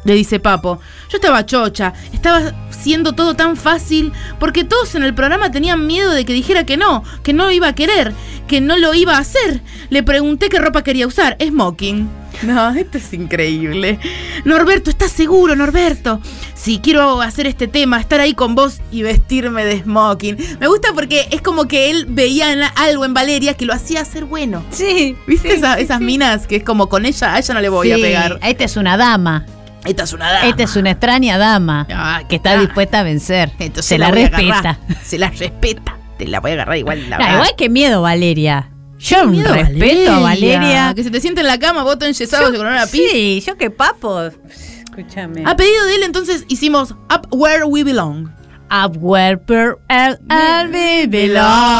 Le dice Papo. Yo estaba chocha. Estaba siendo todo tan fácil. Porque todos en el programa tenían miedo de que dijera que no. Que no iba a querer. Que no lo iba a hacer. Le pregunté qué ropa quería usar. Smoking. No, esto es increíble. Norberto, ¿estás seguro, Norberto? Sí, quiero hacer este tema, estar ahí con vos y vestirme de smoking. Me gusta porque es como que él veía en la- algo en Valeria que lo hacía ser bueno.
Sí.
¿Viste esa- esas minas que es como con ella, a ella no le voy a pegar?
Esta es una dama.
Esta es una dama.
Esta es una extraña dama
Ah,
que está
claro.
dispuesta a vencer.
Entonces
Se la,
voy a
respeta.
agarrar. Se la respeta. Te la voy a agarrar Ah, igual. La
No, igual que miedo, Valeria. Yo un respeto a Valeria.
Que se te siente en la cama, voto enyesado con una pizza.
sí, yo qué papo. Escúchame.
A pedido de él, entonces hicimos Up Where We Belong.
Up where per- el- el we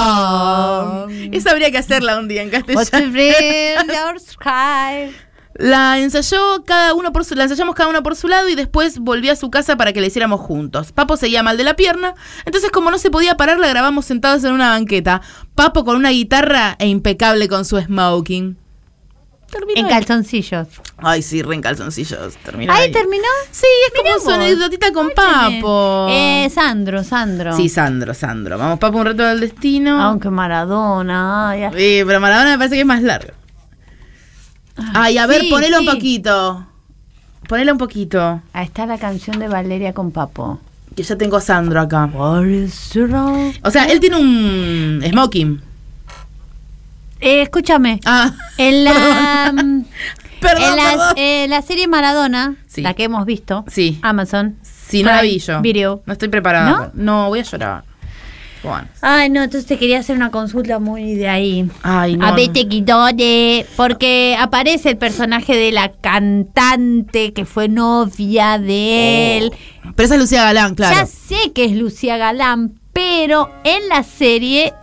belong.
Esa habría que hacerla un día en
What's the
castellano.
real your sky?
La ensayó cada uno por su, la ensayamos cada uno por su lado y después volví a su casa para que la hiciéramos juntos. Papo seguía mal de la pierna, entonces como no se podía parar la grabamos sentados en una banqueta. Papo con una guitarra e impecable con su smoking. Terminó.
En
ahí.
calzoncillos.
Ay, sí, re en calzoncillos. Terminó.
Ahí
ahí.
terminó.
Sí, es
Mirá
como su
vos.
anécdotita con Papo.
Eh, Sandro, Sandro.
Sí, Sandro, Sandro. Vamos, Papo, un reto del destino.
Aunque Maradona. ay, ay.
Sí, pero Maradona me parece que es más largo. Ay, a ver,
Sí,
ponelo un
sí.
poquito. Ponela un poquito.
Ahí está la canción de Valeria con Papo.
Que ya tengo a Sandro acá.
What is wrong?
O sea, él tiene un smoking.
Eh, escúchame.
Ah.
En la, mm,
Perdón,
en la-
perdón.
eh, la serie Maradona,
Sí.
la que hemos visto,
Sí.
Amazon.
Sí, no la
Prime
vi yo.
Video.
No estoy preparada. ¿No? voy a llorar. Bueno.
Ay, no, entonces te quería hacer una consulta muy de ahí.
Ay, no.
A Bete Quidone, porque aparece el personaje de la cantante que fue novia de él.
Pero esa es Lucía Galán, claro.
Ya sé que es Lucía Galán, pero en la serie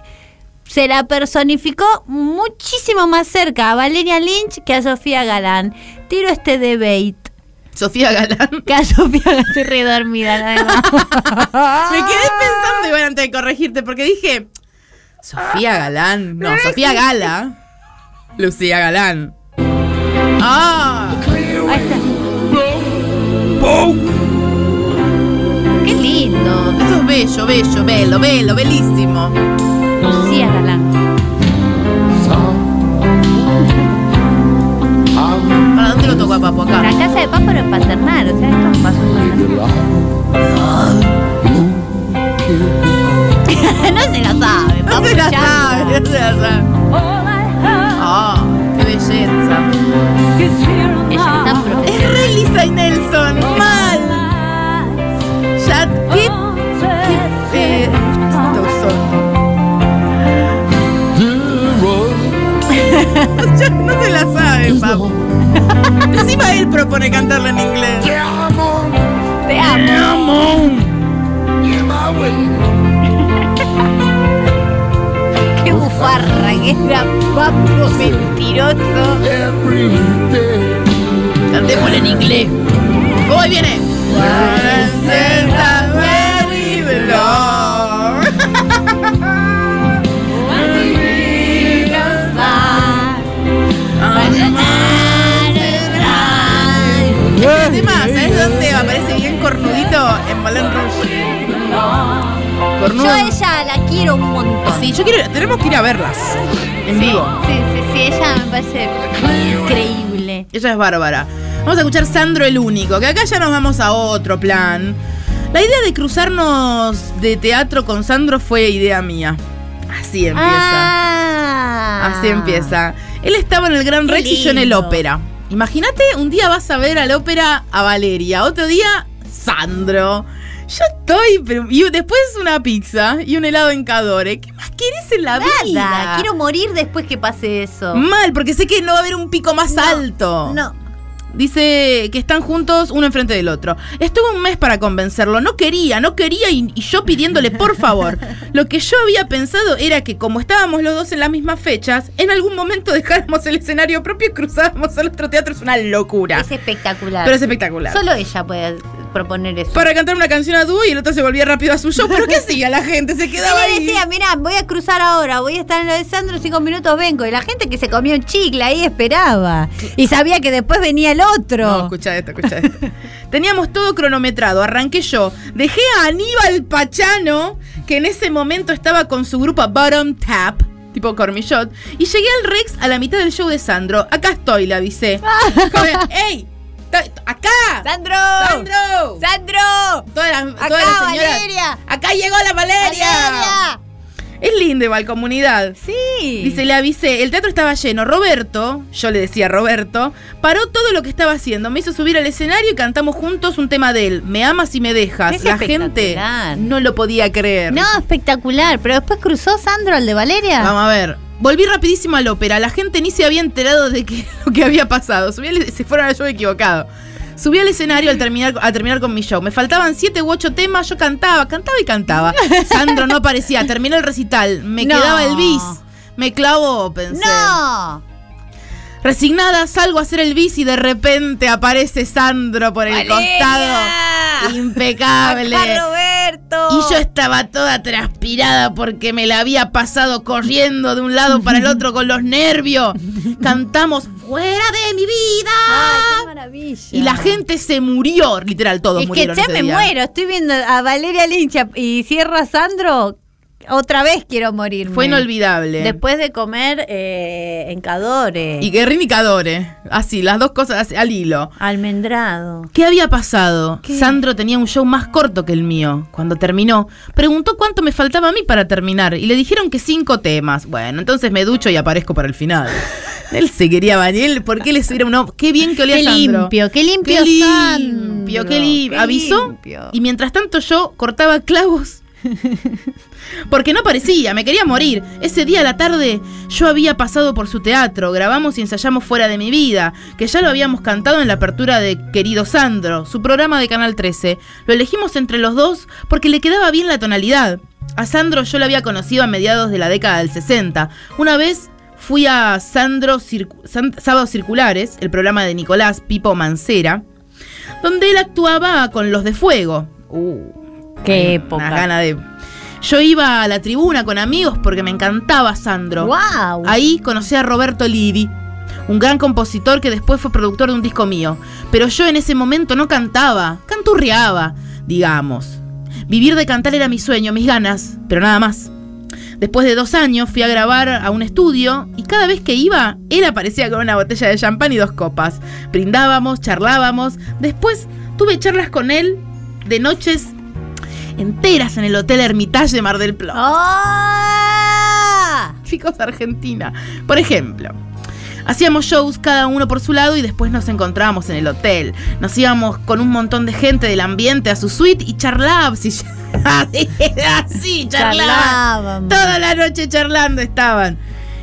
se la personificó muchísimo más cerca a Valeria Lynch que a Sofía Galán. Tiro este debate.
Sofía Galán.
Que a Sofía Galán estoy redormida, la verdad.
Me quedé pensando igual antes de corregirte porque dije Sofía Galán, no, Sofía Gala. Lucía Galán. Ah,
Ahí está. Qué lindo.
esto es bello, bello, bello, bello, bellísimo.
Lucía Galán.
¿Para dónde lo toco a Papo
La
acá?
casa de Papo era en Paternal, o sea, esto es un paso en Paternal. No se la sabe,
No
Papo
se la
ya.
sabe, no se la sabe. Ah, qué belleza.
Ella está protegida.
Es re Lisa y Nelson, mal. Ya, qué, qué eh, justitos son. Ya no se la sabe, Papo. Encima él propone cantarla en inglés.
Te amo. Qué bufarra que era Papo mentiroso.
Cantémosla en inglés. ¿Cómo ahí viene? Encima, ¿sabes dónde aparece bien cornudito? En Moulin Rouge.
Yo
Cornudo.
a ella la quiero un montón.
Sí, yo quiero, tenemos que ir a verla. En vivo.
Sí, sí, sí, ella me parece increíble.
Ella es bárbara. Vamos a escuchar Sandro el Único, que acá ya nos vamos a otro plan. La idea de cruzarnos de teatro con Sandro fue idea mía. Así empieza.
Ah.
Así empieza. Él estaba en el Gran
Qué
Rex y yo en el
lindo.
ópera. Imagínate, un día vas a ver al ópera a Valeria, otro día Sandro. Yo estoy, pero- y después una pizza y un helado en Cadore. ¿Qué más quieres en la vida?
Nada, quiero morir después que pase eso.
Mal, porque sé que no va a haber un pico más
No,
alto.
No,
Dice que están juntos uno enfrente del otro. Estuve un mes para convencerlo. No quería, no quería y, y yo pidiéndole por favor. Lo que yo había pensado era que como estábamos los dos en las mismas fechas, en algún momento dejáramos el escenario propio y cruzábamos al otro teatro. Es una locura.
es espectacular.
Pero es espectacular.
Solo ella puede proponer eso.
Para cantar una canción a dúo y el otro se volvía rápido a su show. ¿Pero qué hacía la gente? Se quedaba
Ella
ahí.
decía, mirá, voy a cruzar ahora, voy a estar en lo de Sandro, cinco minutos vengo. Y la gente que se comía un chicle ahí esperaba. Y sabía que después venía el otro.
No, escucha esto, escucha esto. Teníamos todo cronometrado, arranqué yo. Dejé a Aníbal Pachano, que en ese momento estaba con su grupo Bottom Tap, tipo Cormillot, y llegué al Rex a la mitad del show de Sandro. Acá estoy, le avisé. Como, ¡Ey! ta- ¡Acá!
¡Sandro!
¡Sandro!
¡Sandro!
Todas las,
¡Acá,
todas las señoras.
Valeria!
¡Acá llegó la Valeria!
¡Valeria!
Es lindo igual, comunidad.
Sí.
Dice, le avisé, el teatro estaba lleno. Roberto, yo le decía Roberto, paró todo lo que estaba haciendo. Me hizo subir al escenario y cantamos juntos un tema de él. Me amas y me dejas.
Es
La gente
espectacular.
Ah, no lo podía creer.
No, espectacular. Pero después cruzó Sandro al de Valeria.
Vamos a ver. Volví rapidísimo a la ópera. La gente ni se había enterado de que, lo que había pasado. Subí al- se fueron al show equivocado. Subí al escenario al terminar, a terminar con mi show. Me faltaban siete u ocho temas. Yo cantaba, cantaba y cantaba. Sandro no aparecía. Terminó el recital. Me
No.
quedaba el bis. Me clavó, pensé.
¡No!
Resignada, salgo a hacer el bici y de repente aparece Sandro por el costado. Impecable.
Roberto!
Y yo estaba toda transpirada porque me la había pasado corriendo de un lado para el otro con los nervios. Cantamos fuera de mi
¡Ay, qué
vida.
maravilla!
Y la gente se murió, literal, todos
Es que
murieron.
ya
ese
me
día.
muero. Estoy viendo a Valeria Lincha y cierra Sandro Otra vez quiero morirme.
Fue inolvidable.
Después de comer eh, encadores,
y que Rindicadores, así, las dos cosas así, al hilo.
almendrado.
¿Qué había pasado?
¿Qué?
Sandro tenía un show más corto que el mío. Cuando terminó, preguntó cuánto me faltaba a mí para terminar y le dijeron que cinco temas. Bueno, entonces me ducho y aparezco para el final. él se quería bañar, él- ¿por qué le subieron? No, qué bien que olía
Qué
Sandro.
limpio, qué limpio,
Qué limpio,
Sandro.
qué
Qué
limpio. Avisó
limpio.
y mientras tanto yo cortaba clavos. Porque no parecía, me quería morir. Ese día a la tarde yo había pasado por su teatro, grabamos y ensayamos Fuera de mi vida, que ya lo habíamos cantado en la apertura de Querido Sandro, su programa de Canal 13. Lo elegimos entre los dos porque le quedaba bien la tonalidad. A Sandro yo lo había conocido a mediados de la década del 60. Una vez fui a Sandro Circu- San- Sábados Circulares, el programa de Nicolás Pipo Mancera, donde él actuaba con Los de Fuego.
Uh, Qué
Una
época.
gana de. Yo iba a la tribuna con amigos porque me encantaba Sandro.
Wow.
Ahí conocí a Roberto Livi, un gran compositor que después fue productor de un disco mío. Pero yo en ese momento no cantaba, canturreaba, digamos. Vivir de cantar era mi sueño, mis ganas, pero nada más. Después de dos años fui a grabar a un estudio y cada vez que iba, él aparecía con una botella de champán y dos copas. Brindábamos, charlábamos. Después tuve charlas con él de noches enteras en el Hotel Hermitage de Mar del Plata
¡Ah!
chicos de Argentina. Por ejemplo, hacíamos shows cada uno por su lado y después nos encontrábamos en el hotel. Nos íbamos con un montón de gente del ambiente a su suite y charlábamos. Y así,
Charlábamos.
charlábamos. Toda la noche charlando estaban.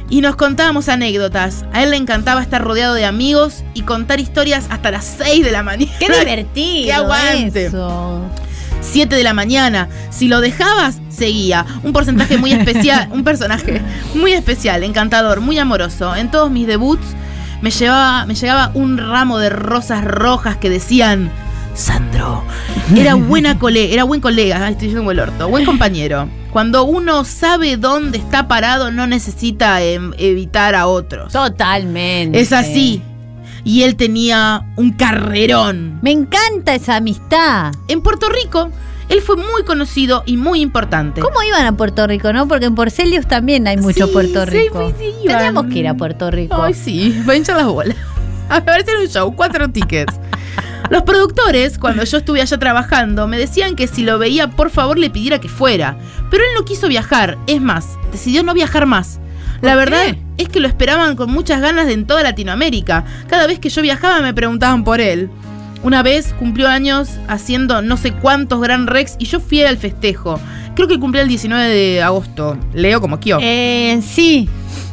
Y nos contábamos anécdotas. A él le encantaba estar rodeado de amigos y contar historias hasta las 6 de la mañana.
Qué divertido.
Qué aguante.
eso.
7 de la mañana. Si lo dejabas, seguía. Un porcentaje muy especial, un personaje muy especial, encantador, muy amoroso. En todos mis debuts me, llevaba, me llegaba un ramo de rosas rojas que decían, Sandro, era buena cole, era buen colega, Ay, estoy diciendo el orto, buen compañero. Cuando uno sabe dónde está parado, no necesita em, evitar a otros.
Totalmente.
Es así. Y él tenía un carrerón.
Me encanta esa amistad.
En Puerto Rico, él fue muy conocido y muy importante.
¿Cómo iban a Puerto Rico, no? Porque en Porcelius también hay mucho
Sí,
Puerto
sí,
Rico.
sí, sí, iban.
Tendríamos que ir a Puerto Rico.
Ay, sí, va a hinchar las bolas. A ver, hacer un show, cuatro tickets. Los productores, cuando yo estuve allá trabajando, me decían que si lo veía, por favor, le pidiera que fuera. Pero él no quiso viajar, es más, decidió no viajar más. La verdad es que lo esperaban con muchas ganas en toda Latinoamérica. Cada vez que yo viajaba me preguntaban por él. Una vez cumplió años haciendo no sé cuántos Gran Rex y yo fui al festejo. Creo que cumplió el 19 de agosto. Leo como Kio.
Eh, sí,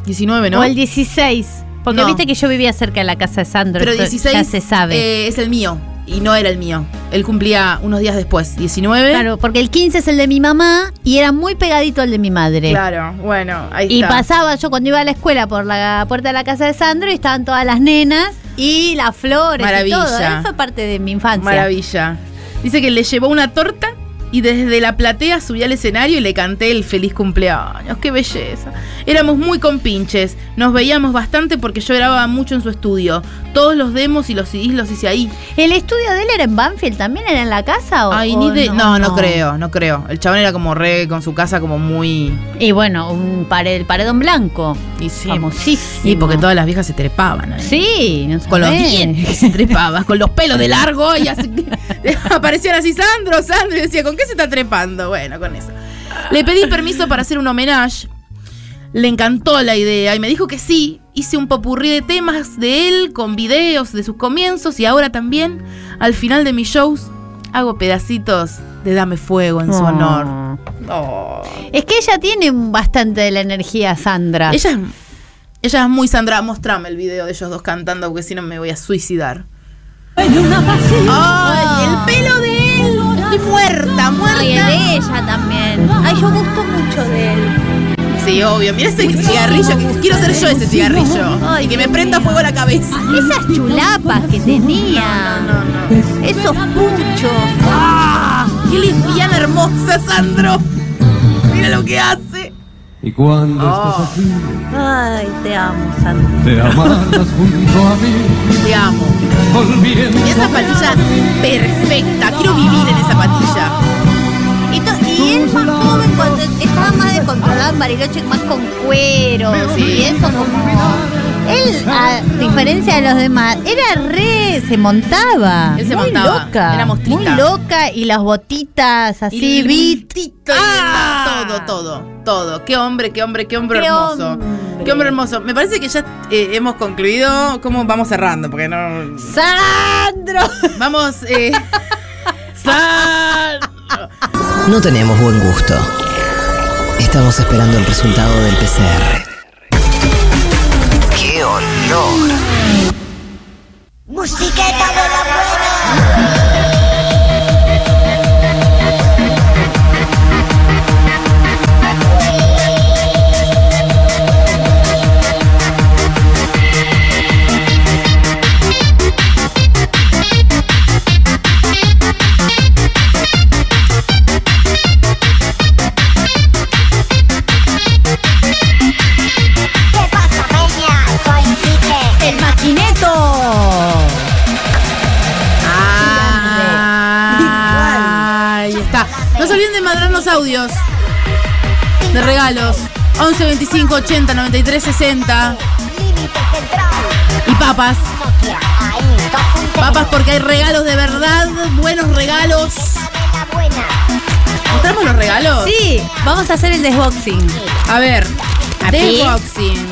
19, ¿no?
o el 16. Porque
No.
viste que yo vivía cerca de la casa de Sandro.
Pero
esto
16
Ya se sabe.
eh, es el mío. Y no era el mío. Él cumplía unos días después. 19.
claro, porque el 15 es el de mi mamá y era muy pegadito al de mi madre.
Claro, bueno, ahí
Y
está.
pasaba yo cuando iba a la escuela por la puerta de la casa de Sandro y estaban todas las nenas y las flores
Maravilla.
y todo. Eso fue parte de mi infancia.
Maravilla. Dice que le llevó una torta y desde la platea subí al escenario y le canté el feliz cumpleaños. ¡Qué belleza! Éramos muy compinches. Nos veíamos bastante porque yo grababa mucho en su estudio. Todos los demos y los CDs los hice ahí.
¿El estudio de él era en Banfield también? ¿Era en la casa? O,
Ay,
o
ni de. Oh, No, no, creo, no creo. El chabón era como re con su casa, como muy.
Y bueno, un pared, el paredón blanco.
Y sí.
Famosísimo.
Y porque todas las viejas se trepaban. ahí.
Sí, no
Con los
sabés.
dientes se trepaba, con los pelos de largo y así aparecían así Sandro, Sandro y decía, ¿con qué se está trepando? Bueno, con eso. Le pedí permiso para hacer un homenaje. Le encantó la idea y me dijo que sí. Hice un popurrí de temas de él con videos de sus comienzos y ahora también, al final de mis shows, hago pedacitos de Dame Fuego en su
Oh.
honor. Ah. Oh.
Es que ella tiene bastante de la energía, Sandra.
Ella, es- ella es muy Sandra. Mostrame el video de ellos dos cantando porque si no me voy a suicidar. ¡Ay, el pelo de él! Estoy muerta, muerta.
Ay, el de ella también. Ay, yo gusto mucho de él.
Sí, obvio. Mira ese cigarrillo. que- quiero ser yo ese cigarrillo. Ay, que me prenda fuego la cabeza.
Ah, Esas chulapas que tenía. Esos puchos.
¡Ah! ¡Qué lesbiana hermosa, Sandro! Mira lo que hace.
Y cuando
Oh.
estás aquí,
Ay, te amo, Sandra.
te amarras junto a mí,
Te amo.
volviendo.
Y esa patilla perfecta. Quiero vivir en esa patilla.
Y, to- y Y él más joven, cuando estaba más descontrolado en Bariloche, más con cueros y eso como... Él, a diferencia de los demás, era re, se montaba.
Él se
muy
montaba,
loca.
era mostrita.
Muy loca y las botitas así,
Y el
beat.
bultito y
¡Ah!
el- todo, todo, todo. Qué hombre, qué hombre, qué hombre
Qué
hermoso.
hombre.
Qué hombre hermoso. Me parece que ya eh, hemos concluido. ¿Cómo vamos cerrando? Porque no.
¡Sandro!
Vamos. Eh, Sal-
No tenemos buen gusto. Estamos esperando el resultado del PCR. ¡Qué olor!
¿Qué pasa, Peña? Soy Quique.
¡El maquineto!
Ahí está. No se olviden de mandar los audios de regalos. 11 25 80 93 60
Límite central.
y papas.
Nokia AM 2.0.
Papas porque hay regalos de verdad, buenos regalos.
Dame la buena.
¿Mostramos los regalos?
Sí, vamos a hacer el desboxing.
A ver.
¿Aquí?
Del boxing.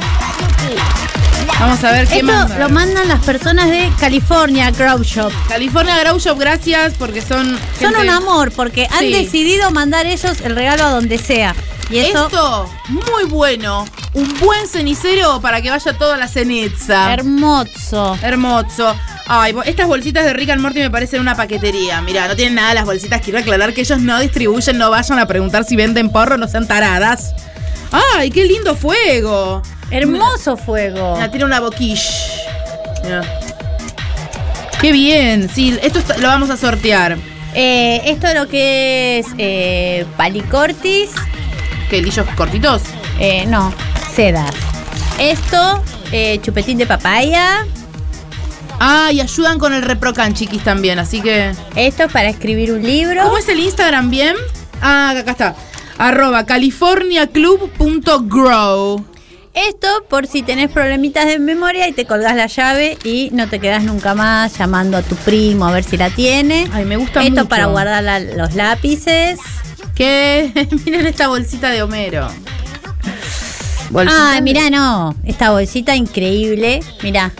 Vamos a ver qué
Esto
manda.
lo mandan las personas de California, Crowd Shop.
California Grow Shop, gracias porque son.
Son
gente-
un amor porque han
Sí.
decidido mandar ellos el regalo a donde sea. Y eso
Esto, muy bueno. Un buen cenicero para que vaya toda la ceniza.
hermoso.
Hermoso. Ay, bo- estas bolsitas de Rick and Morty me parecen una paquetería. Mira, no tienen nada las bolsitas. Quiero aclarar que ellos no distribuyen, no vayan a preguntar si venden porro, no sean taradas. Ay, qué lindo fuego.
Hermoso fuego.
Mira, tiene una boquish. Mira. Qué bien. Sí, esto está- lo vamos a sortear.
Eh, esto lo que es eh, palicortis,
¿Qué, lillos cortitos?
eh, no, sedas. Esto, eh, chupetín de papaya.
Ah, y ayudan con el reprocan, chiquis, también. Así que...
Esto es para escribir un libro.
¿Cómo es el Instagram bien? Ah, acá está. Arroba californiaclub.grow.
Esto por si tenés problemitas de memoria y te colgás la llave y no te quedás nunca más llamando a tu primo a ver si la tiene.
Ay, me gusta
Esto
mucho.
para guardar la- los lápices.
Que miren esta bolsita de Homero.
Ay, mirá, no. Esta bolsita increíble. Mirá.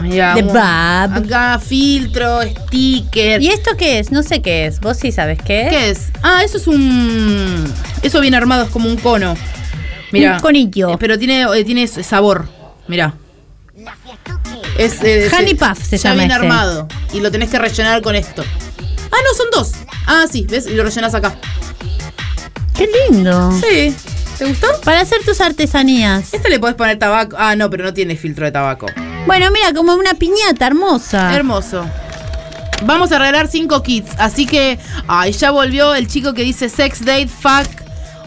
Mirá,
de
un-
Bab.
Acá filtro, sticker.
¿Y esto qué es? No sé qué es. Vos sí sabes qué es.
¿Qué es? Ah, eso es un. Eso bien armado es como un cono. Mira.
Un conillo.
pero tiene, eh, tiene sabor. Mira. Es, eh,
Honey
es-
Puff se
ya
llama
bien
este.
armado. Y lo tenés que rellenar con esto. Ah, no, son dos. Ah, sí, ¿ves? Y lo rellenas acá.
Qué lindo.
Sí. ¿Te gustó?
Para hacer tus artesanías.
Este le podés poner tabaco. Ah, no, pero no tiene filtro de tabaco.
Bueno, mira, como una piñata hermosa.
Hermoso. Vamos a regalar cinco kits. Así que, ay, ya volvió el chico que dice sex date fuck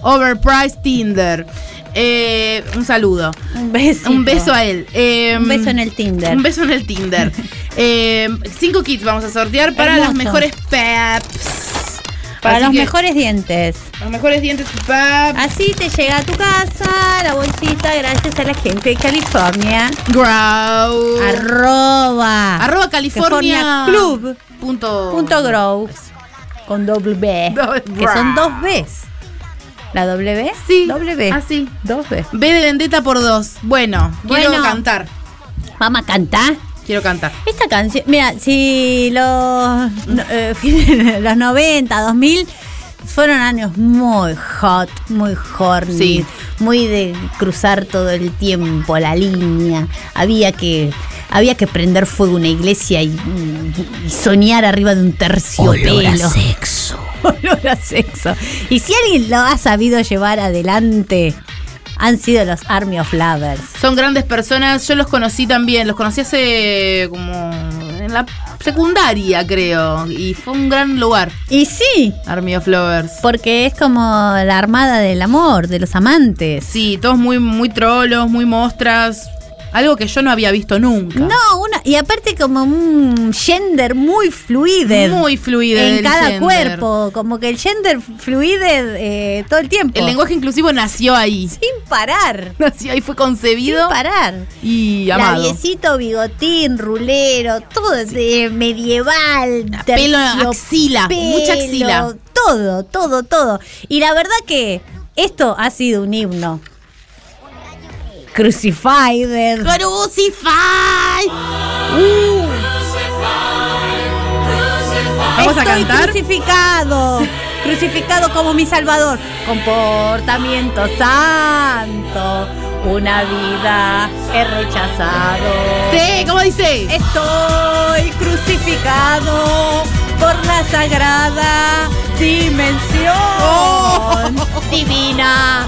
overpriced Tinder. Eh, un saludo.
un beso.
Un beso a él. Eh,
Un beso en el Tinder.
Un beso en el Tinder. Eh, cinco kits vamos a sortear para
Hermoso.
las mejores peps.
Para
Así
los
que,
mejores dientes.
los mejores dientes pep.
Así te llega a tu casa la bolsita gracias a la gente de California.
Grow.
Arroba.
Arroba California,
California Club.
Punto,
Punto grow. Con doble B.
Doble
Que son dos Bs. ¿La doble B?
Sí.
Doble B.
Así.
Dos B.
B de Vendetta por dos. Bueno, quiero
Bueno.
cantar.
Mamá, canta.
Quiero cantar.
Esta canción, mira, si los, no, eh, fines de los 90, 2000 fueron años muy hot, muy horny,
Sí.
muy de cruzar todo el tiempo la línea. Había que había que prender fuego una iglesia y, y soñar arriba de un terciopelo.
Olor a sexo.
Olor a sexo. Y si alguien lo ha sabido llevar adelante, han sido los Army of Lovers.
Son grandes personas. Yo los conocí también. Los conocí hace como en la secundaria, creo. Y fue un gran lugar,
Y sí,
Army of Lovers.
Porque es como la armada del amor, de los amantes.
Sí, todos muy, muy trolos, muy mostras. Algo que yo no había visto nunca.
No, una, y aparte como un gender muy fluide.
Muy fluido.
En
el
cada
gender.
cuerpo, como que el gender fluide eh, todo el tiempo.
El lenguaje inclusivo nació ahí.
sin parar.
Nació ahí, fue
Sin
concebido
parar.
y amado.
Labiecito, bigotín, rulero, todo de medieval,
Pelo,
terciopelo,
axila, mucha axila.
Todo, todo, todo. Y la verdad que esto ha sido un himno. Crucified. Uh.
¡Crucify! ¿Vamos a
Estoy
cantar?
crucificado, crucificado como mi salvador. Comportamiento santo, una vida he rechazado.
Sí, ¿cómo dice?
Estoy crucificado por la sagrada dimensión
Oh.
divina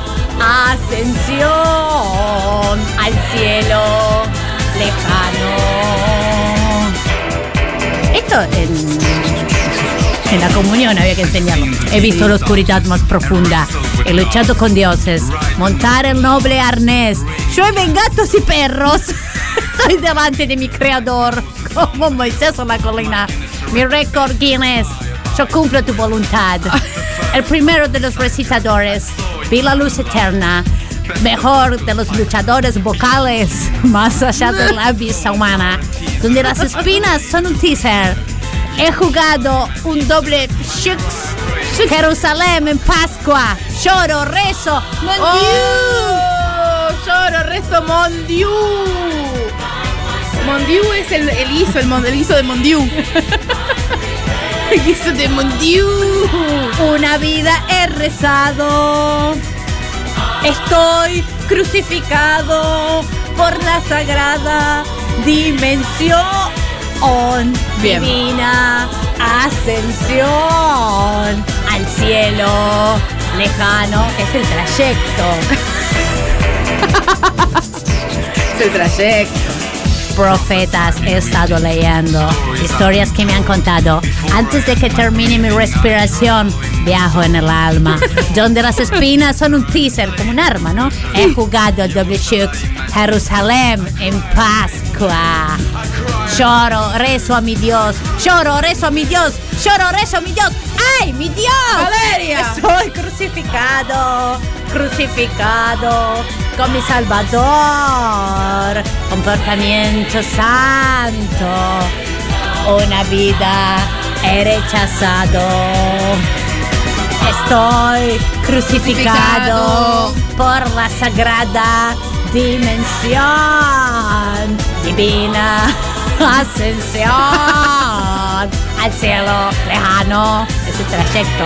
ascensión al cielo lejano. Esto en, en la comunión había que enseñarlo. He visto la oscuridad más profunda. He luchado con dioses. Montar el noble arnés. Llueven gatos y perros. Estoy delante de mi creador. Como Moisés en la colina. Mi récord Guinness. Yo cumplo tu voluntad. El primero de los recitadores. Vi la luz eterna. Mejor de los luchadores vocales. Más allá de la vista humana. Donde las espinas son un teaser. He jugado un doble shux. Jerusalén en Pascua. Lloro, rezo. Mon
¡Oh! Lloro, rezo Mondiu. Mondiu es el, el guiso, el, mon- el guiso de Mondiu. El guiso de Mondiu.
Dieu. Una vida he rezado. Estoy crucificado por la sagrada dimensión.
Bien.
Divina ascensión al cielo lejano. Es el trayecto.
Es el trayecto.
profetas he estado leyendo, historias que me han contado. Antes de que termine mi respiración, viajo en el alma, donde las espinas son un teaser, como un arma, ¿no? He jugado al doble shoot, Jerusalén en Pascua. Lloro, rezo a mi Dios, lloro, rezo a mi Dios, lloro, rezo a mi Dios. ¡Ay, mi Dios!
¡Valeria!
Soy crucificado, crucificado con mi Salvador. Comportamiento santo, una vida he rechazado. Estoy crucificado,
Crucificado.
por la sagrada dimensión divina ascensión al cielo lejano. Es el trayecto.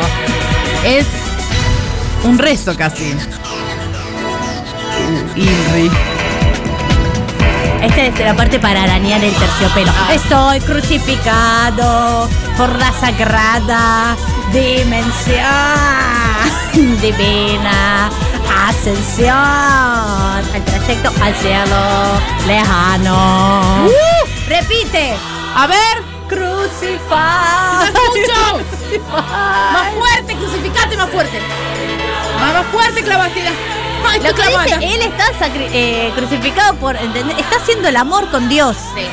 Es un rezo casi. Irri.
Esta es la parte para arañar el terciopelo.
Ah.
Estoy crucificado por la sagrada dimensión divina. Ascensión al trayecto al cielo lejano. Repite.
Uh. A ver.
Crucificado.
¡Mucho! Más fuerte, crucificate más fuerte. Más, más fuerte, clavastida. Ay,
Lo que
clavada.
dice, él está sacri- eh, crucificado por, ¿entendés? Está haciendo el amor con Dios.
Sí.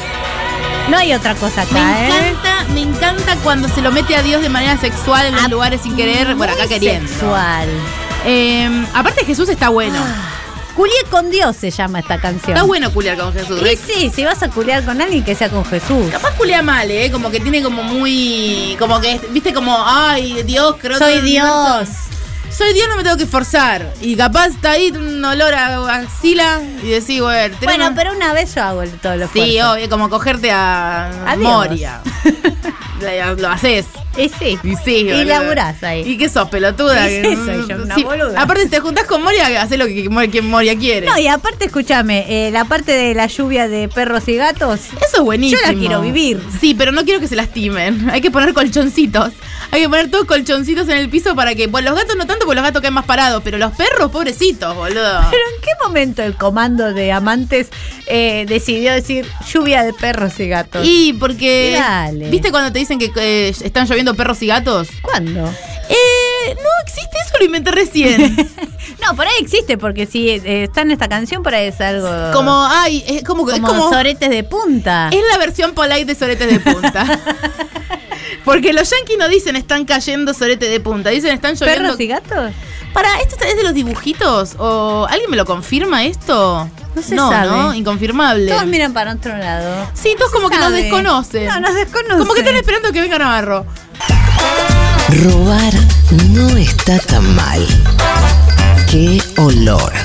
No hay otra cosa acá,
Me
¿eh?
encanta, me encanta cuando se lo mete a Dios de manera sexual en los
Ah,
lugares sin querer, por acá
Muy
queriendo.
Sexual. Ah,
Eh, aparte Jesús está bueno.
Culié con Dios se llama esta canción.
Está bueno culiar con Jesús.
Y
¿eh?
sí, si vas a culiar con alguien que sea con Jesús.
Capaz culea mal, ¿eh? Como que tiene como muy... Como que, es- viste, como, ay, Dios, creo que...
Soy Dios.
Soy Dios, no me tengo que esforzar. Y capaz está ahí un olor a axila y decís, bueno... tenés
Bueno,
un-
pero una vez yo hago el- todo lo
Sí, obvio, como cogerte a,
A Dios.
Moria. La- lo haces.
Y sí.
Y sí,
Y
boluda.
laburás ahí.
¿Y qué sos, pelotuda?
Y
Que-
soy yo, una
Sí.
boluda.
Aparte, si te juntás con Moria, haces lo que Moria, que Moria quiere.
No, y aparte, escúchame, eh, la parte de la lluvia de perros y gatos.
Eso es buenísimo.
Yo la quiero vivir.
Sí, pero no quiero que se lastimen. Hay que poner colchoncitos. Hay que poner todos colchoncitos en el piso para que. Bueno, los gatos no tanto porque los gatos caen más parados, pero los perros, pobrecitos, boludo.
Pero ¿en qué momento el comando de amantes eh, decidió decir lluvia de perros y gatos?
Y porque.
Y dale.
¿Viste cuando te dicen que eh, están lloviendo perros y gatos?
cuándo?
Eh, no existe eso, lo inventé recién.
No, No, por ahí existe, porque si eh, está en esta canción, por ahí es algo.
Como, ay, es como, es
como,
como-
soretes de punta.
es la versión polite de soretes de punta. Porque los yankees no dicen están cayendo sorete de punta, dicen están lloviendo.
¿Perros y gatos?
Para, ¿esto es de los dibujitos? ¿O alguien me lo confirma esto?
No se
no,
sabe.
¿no? Inconfirmable.
Todos miran para otro lado.
sí, todos como que nos
sabe.
desconocen.
No, nos desconocen.
Como que están esperando que venga Navarro.
Robar no está tan mal. ¡Qué olor!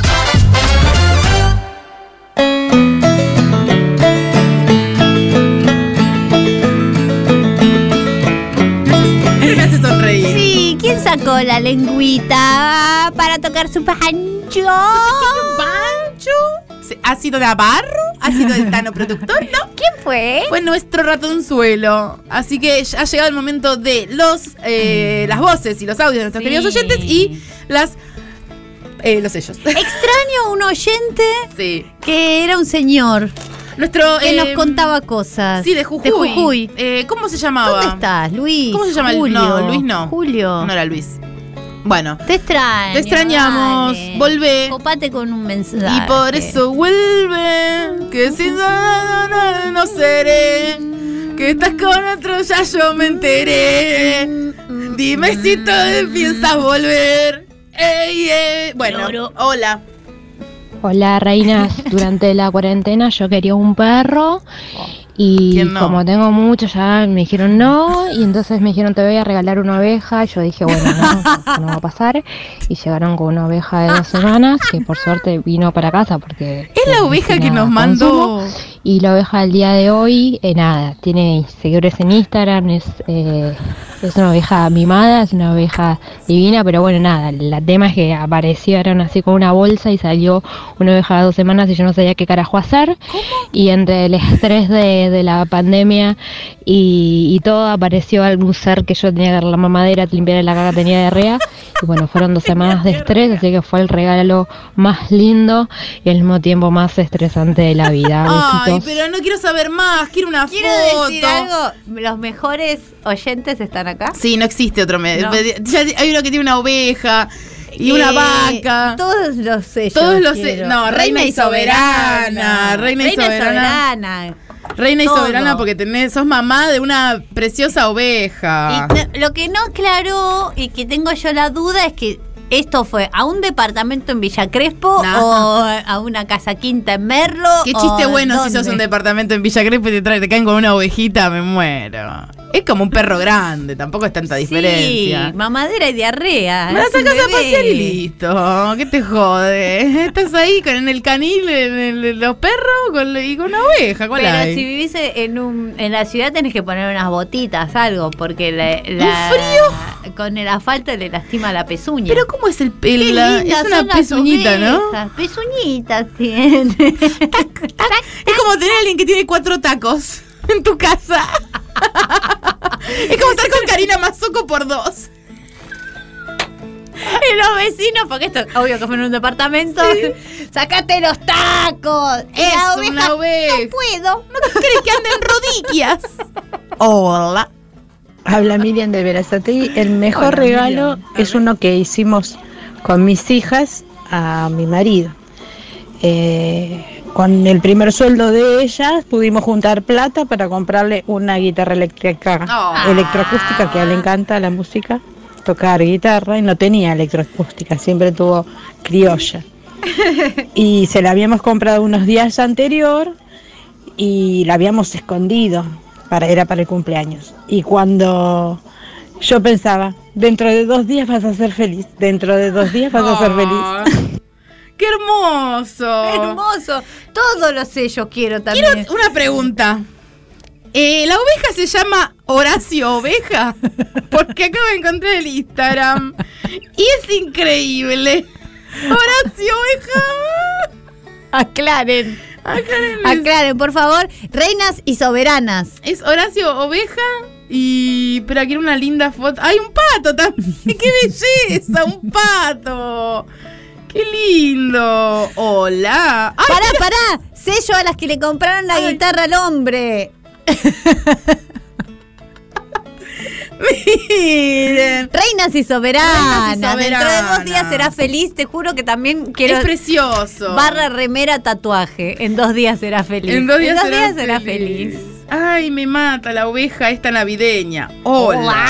Me hace sonreír.
Sí, ¿quién sacó la lengüita para tocar su pancho?
Pancho. Sí, ¿Ha sido Navarro? ¿Ha sido el Tano Productor? No.
¿Quién fue?
Fue nuestro ratonzuelo. Así que ya ha llegado el momento de los eh, las voces y los audios de nuestros
Sí.
queridos oyentes y las eh, los sellos.
Extraño un oyente
sí.
que era un señor
Nuestro
que
eh,
nos contaba cosas.
Sí, de Jujuy.
De Jujuy.
Eh, ¿Cómo se llamaba?
¿Dónde estás, Luis?
¿Cómo se llama el-
Julio.
no, Luis no.
Julio.
No era Luis. Bueno,
Te extraño.
Te extrañamos.
dale.
Volvé.
Copate con un mensaje.
y por eso vuelve, que sin nada no, no seré, que estás con otro ya yo me enteré. Dime si te piensas volver. Ey, ey. Bueno,
Lloro.
hola.
Hola reinas, durante la cuarentena yo quería un perro y
¿Quién no?
como tengo muchos ya me dijeron no y entonces me dijeron te voy a regalar una oveja y yo dije bueno no, no va a pasar y llegaron con una oveja de dos semanas que por suerte vino para casa porque
Es la oveja que
Cristina
nos
consumo.
mandó.
y la oveja del día de hoy eh, nada tiene seguidores en Instagram es eh, es una oveja mimada es una oveja divina pero bueno nada la tema es que aparecieron así con una bolsa y salió una oveja de dos semanas y yo no sabía qué carajo hacer y entre el estrés de, de la pandemia y, y todo apareció algún ser que yo tenía que darle la mamadera limpiar la caca tenía diarrea y bueno fueron dos semanas de estrés así que fue el regalo más lindo y al mismo tiempo más estresante de la vida
Ay,
Besitos.
pero no quiero saber más, quiero una
Quiero
foto.
decir algo. Los mejores oyentes están acá.
Sí, no existe otro medio.
No.
Ya hay uno que tiene una oveja y una
Eh,
vaca.
Todos los e-, sellos.
Todos los se-
quiero.
no, Reina y Soberana, Reina y
Soberana.
Reina y
Todo.
soberana porque tenés, sos mamá de una preciosa oveja.
Y no- lo que no aclaró y que tengo yo la duda es que esto fue a un departamento en Villa Crespo
No.
o a una casa quinta en Merlo.
Qué chiste
o
bueno si
Oh, dónde.
sos un departamento en Villa Crespo y te, traen- te caen con una ovejita, me muero. Es como un perro grande, tampoco es tanta diferencia.
Sí, mamadera y diarrea.
Me la
es un
sacas a
bebé.
pasear y listo. ¿Qué te jode? Estás ahí con, en el canil, en el- los perros con, y con una oveja. ¿Cuál
Pero
hay?
si vivís en, un, en la ciudad tenés que poner unas botitas, algo, porque la, la- con el asfalto le lastima la pezuña.
Pero ¿cómo es el
Qué
pelo?
lindas
Es una
son las
pezuñita, ¿no?
ovejas, Pezuñitas tiene.
Es como tener a alguien que tiene cuatro tacos en tu casa. es como estar con Karina Mazoco por dos.
Y los vecinos, porque esto obvio que fue en un departamento. ¡Sacate los tacos!
Es
La oveja,
una oveja.
¡No puedo!
¿Crees que anda en rodiquias?
Oh.
Hola.
Habla Miriam de Verazatei. El mejor
Hola,
regalo
Miriam.
es uno que hicimos con mis hijas a mi marido. Eh, con el primer sueldo de ellas pudimos juntar plata para comprarle una guitarra eléctrica,
Oh.
electroacústica, que a él le encanta la música, tocar guitarra y no tenía electroacústica, siempre tuvo criolla. y se la habíamos comprado unos días anterior y la habíamos escondido para era para el cumpleaños y cuando yo pensaba dentro de dos días vas a ser feliz dentro de dos días vas a ser feliz
¡Qué hermoso!
¡Hermoso! Todos los sellos quiero también.
Quiero una pregunta. Eh, ¿La oveja se llama Horacio Oveja? Porque acabo de encontrar el Instagram. Y es increíble. Horacio Oveja.
Aclaren.
Aclárenme.
Aclaren, Ah, por favor. Reinas y soberanas.
Es Horacio Oveja y. Pero aquí era una linda foto. ¡Ay, un pato también! ¡Qué belleza! ¡Un pato! ¡Qué lindo! ¡Hola! ¡Ay,
pará, pará. Sello a las que le compraron la
Ay.
guitarra al hombre.
miren! bien.
Reinas y soberanas.
Reinas y
Dentro de dos
soberanas.
días serás feliz. Te juro que también quiero.
Es precioso.
Barra remera tatuaje. En dos días serás feliz.
En dos días, será
serás feliz.
Ay, me mata la oveja esta navideña. Hola.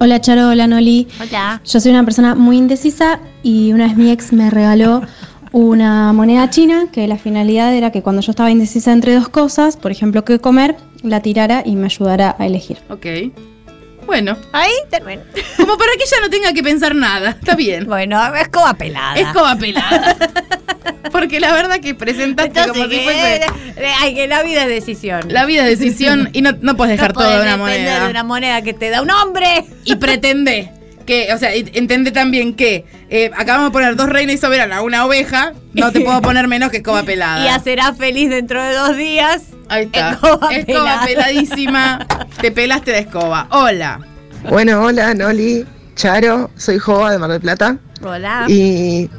Hola Charo, hola Noli.
Hola.
Yo soy una persona muy indecisa y una vez mi ex me regaló una moneda china que la finalidad era que cuando yo estaba indecisa entre dos cosas, por ejemplo qué comer, la tirara y me ayudara a elegir.
Ok. Bueno,
Ahí termina.
como para que ella no tenga que pensar nada. Está bien.
Bueno, escoba pelada.
Escoba pelada. Porque la verdad que presentaste
Entonces,
como si
que-
fuese.
eh, ay, que la vida es decisión.
La vida es decisión y no, no puedes dejar
No
todo
podés
de una
depender
moneda.
de una moneda que te da un hombre.
Y pretende que, o sea, y- entende también que eh, acabamos de poner dos reinas y soberana, una oveja, no te puedo poner menos que escoba pelada.
Y ya serás feliz dentro de dos días.
Ahí está.
Escoba pelada.
peladísima. Te pelaste la escoba. Hola.
Bueno, hola Noli, Charo, soy Jova de Mar del Plata
Hola.
y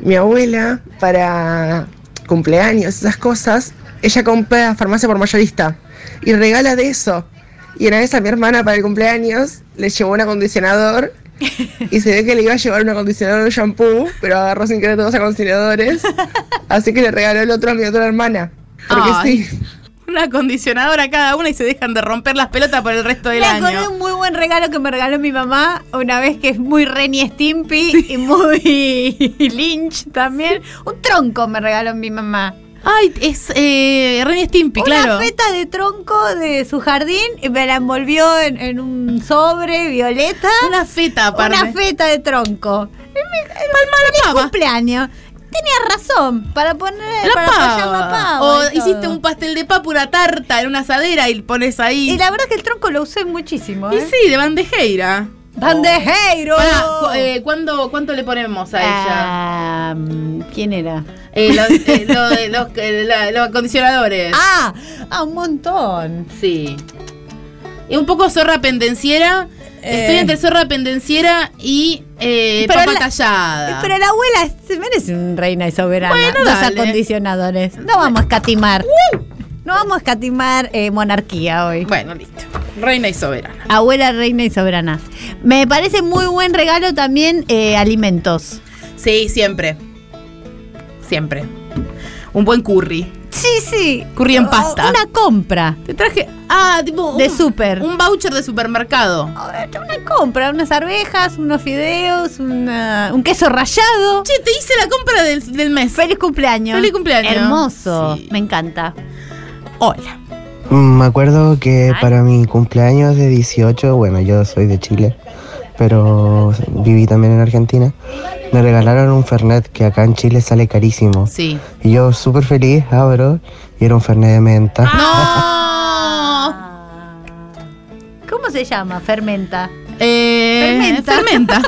mi abuela para cumpleaños, esas cosas, ella compra farmacia por mayorista y regala de eso. Y una vez a mi hermana para el cumpleaños le llevó un acondicionador y se ve que le iba a llevar un acondicionador de shampoo, pero agarró sin querer todos los acondicionadores, así que le regaló el otro a mi otra hermana. Porque
Ay.
sí.
Una acondicionadora a cada una y se dejan de romper las pelotas por el resto del
Me acordé de
año.
un muy buen regalo que me regaló mi mamá una vez que es muy Renny Stimpy y muy Lynch también. Un tronco me regaló mi mamá.
Ay, es eh, Ren y Stimpy, claro.
Una feta de tronco de su jardín y me la envolvió en, en un sobre violeta.
Una feta, aparte.
Una feta de tronco. Feliz
pava.
cumpleaños. Tenía razón para poner
La
para
pava.
apoyar la pava
O
y todo.
hiciste un pastel de papa, una tarta en una asadera y pones ahí.
Y la verdad es que el tronco lo usé muchísimo.
Y
¿eh?
sí, de bandejeira.
¡Bandejeiro!
Pará, cu- eh, ¿cuándo- ¿Cuánto le ponemos a ella?
Ah, ¿Quién era?
Eh, los, eh, lo de los- eh, la- los acondicionadores.
Ah, ah, un montón.
Sí. Y un poco zorra pendenciera.
Eh.
Estoy entre zorra pendenciera y eh,
Pero
papa
la-
tallada.
Pero la abuela se merece un reina y soberana.
Bueno,
Dos
dale. Uh.
acondicionadores. No vamos a escatimar. No vamos a escatimar eh, monarquía hoy.
Bueno, listo. Reina y soberana.
Abuela, reina y soberana. Me parece muy buen regalo también eh, alimentos.
Sí, siempre. Siempre. Un buen curry.
Sí, sí. Oh,
Curry en pasta.
Una compra.
Te traje. Ah, tipo.
De
un-
súper.
Un voucher de supermercado.
Una compra, unas arvejas, unos fideos, una- un queso rallado.
Che, te hice la compra del, del mes.
Feliz cumpleaños.
Feliz cumpleaños.
Hermoso.
Sí.
Me encanta.
Hola.
Mm, Me acuerdo que para mi cumpleaños de 18, bueno, yo soy de Chile, pero viví también en Argentina, me regalaron un Fernet que acá en Chile sale carísimo.
Sí.
Y yo súper feliz abro y era un Fernet de menta.
¡No!
¿Cómo se llama? Fermenta.
Eh,
Fermenta.
fermenta.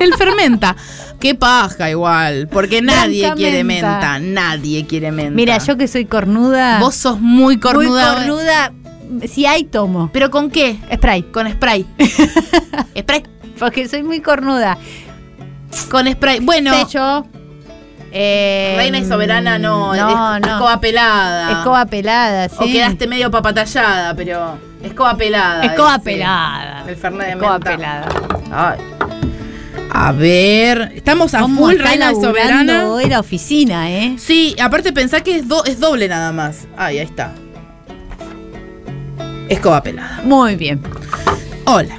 El fermenta. Qué paja igual. Porque nadie
Blanca
quiere
menta.
menta. Nadie quiere menta.
Mira, yo que soy cornuda.
Vos sos muy cornuda.
Muy cornuda. Si hay, tomo.
¿Pero con qué?
Spray.
Con spray. spray.
Porque soy muy cornuda.
Con spray. Bueno,
Sello. eh,
reina y soberana no.
mm, No,
es-
no.
Escoba pelada.
Escoba pelada, sí.
O quedaste medio papatallada, pero. Escoba pelada.
Escoba
ese.
pelada.
El Fernet de
Escoba
menta.
pelada.
Ay. A ver. Estamos a full
está
reina y
laburando
soberana.
hoy la oficina, ¿eh?
Sí, aparte pensá que es, do- es doble nada más. Ay, ahí está. Escoba pelada.
Muy bien.
Hola.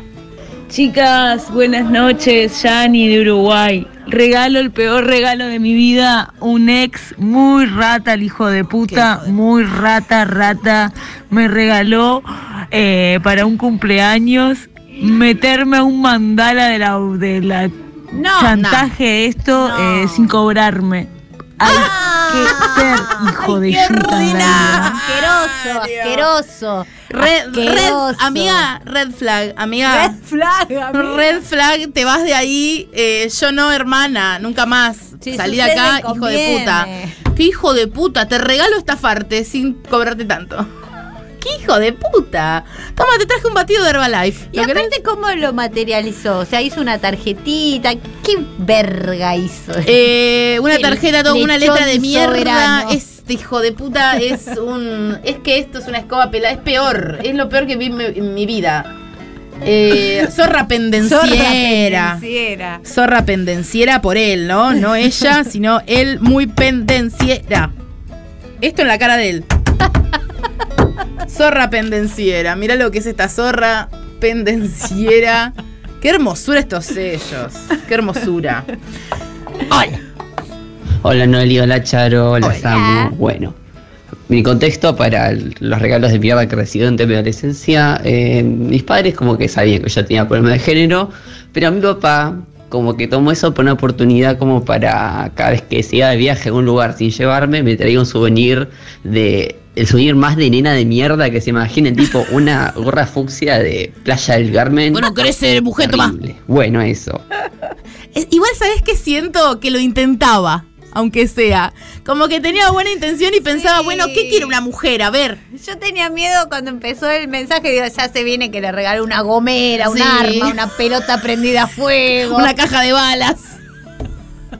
Chicas, buenas noches, Yani de Uruguay. Regalo, el peor regalo de mi vida, un ex muy rata, el hijo de puta, muy rata, rata, me regaló eh, para un cumpleaños meterme a un mandala de la, de la
No,
chantaje esto eh, sin cobrarme. Ay, qué ter, hijo de yuta en la vida.
Asqueroso, asqueroso.
Red,
asqueroso.
red- amiga, red flag, amiga.
Red flag, amiga.
Red flag, te vas de ahí. eh, yo no, hermana, nunca más.
Sí,
Salí
si
de
usted
acá,
le
hijo de puta.
conviene.
Qué hijo de puta, te regalo estafarte sin cobrarte tanto. Qué hijo de puta. Toma, te traje un batido de Herbalife.
Y
¿Lo querés?
aparte, ¿cómo lo materializó? O sea, hizo una tarjetita. ¿Qué verga hizo?
Eh, una
El
tarjeta, todo, una
lechón
letra de mierda.
soberano.
Este hijo de puta es un. Es que esto es una escoba pelada. Es peor. Es lo peor que vi en mi- en mi vida. Eh, zorra pendenciera.
pendenciera.
Zorra pendenciera por él, ¿no? No ella, sino él muy pendenciera. Esto en la cara de él. Zorra pendenciera. Mira lo que es esta zorra pendenciera. Qué hermosura estos sellos. Qué hermosura.
Hola Noeli, hola Charo, hola, Samu. Bueno, mi contexto para el- los regalos de mi papá que recibí durante mi adolescencia, eh, mis padres como que sabían que yo tenía problemas de género, pero mi papá como que tomó eso por una oportunidad como para cada vez que se iba de viaje a un lugar sin llevarme, me traía un souvenir de... El souvenir más de nena de mierda que se imaginen, tipo una gorra fucsia de Playa del Carmen.
Bueno, querés ser mujer, tomá.
Horrible. Bueno, eso.
Es- igual sabes que siento que lo intentaba, aunque sea. Como que tenía buena intención y pensaba, bueno, ¿qué quiere una mujer? A ver.
Yo tenía miedo cuando empezó el mensaje, digo, ya se viene que le regaló una gomera, un
Sí.
arma, una pelota prendida a fuego.
Una caja de balas.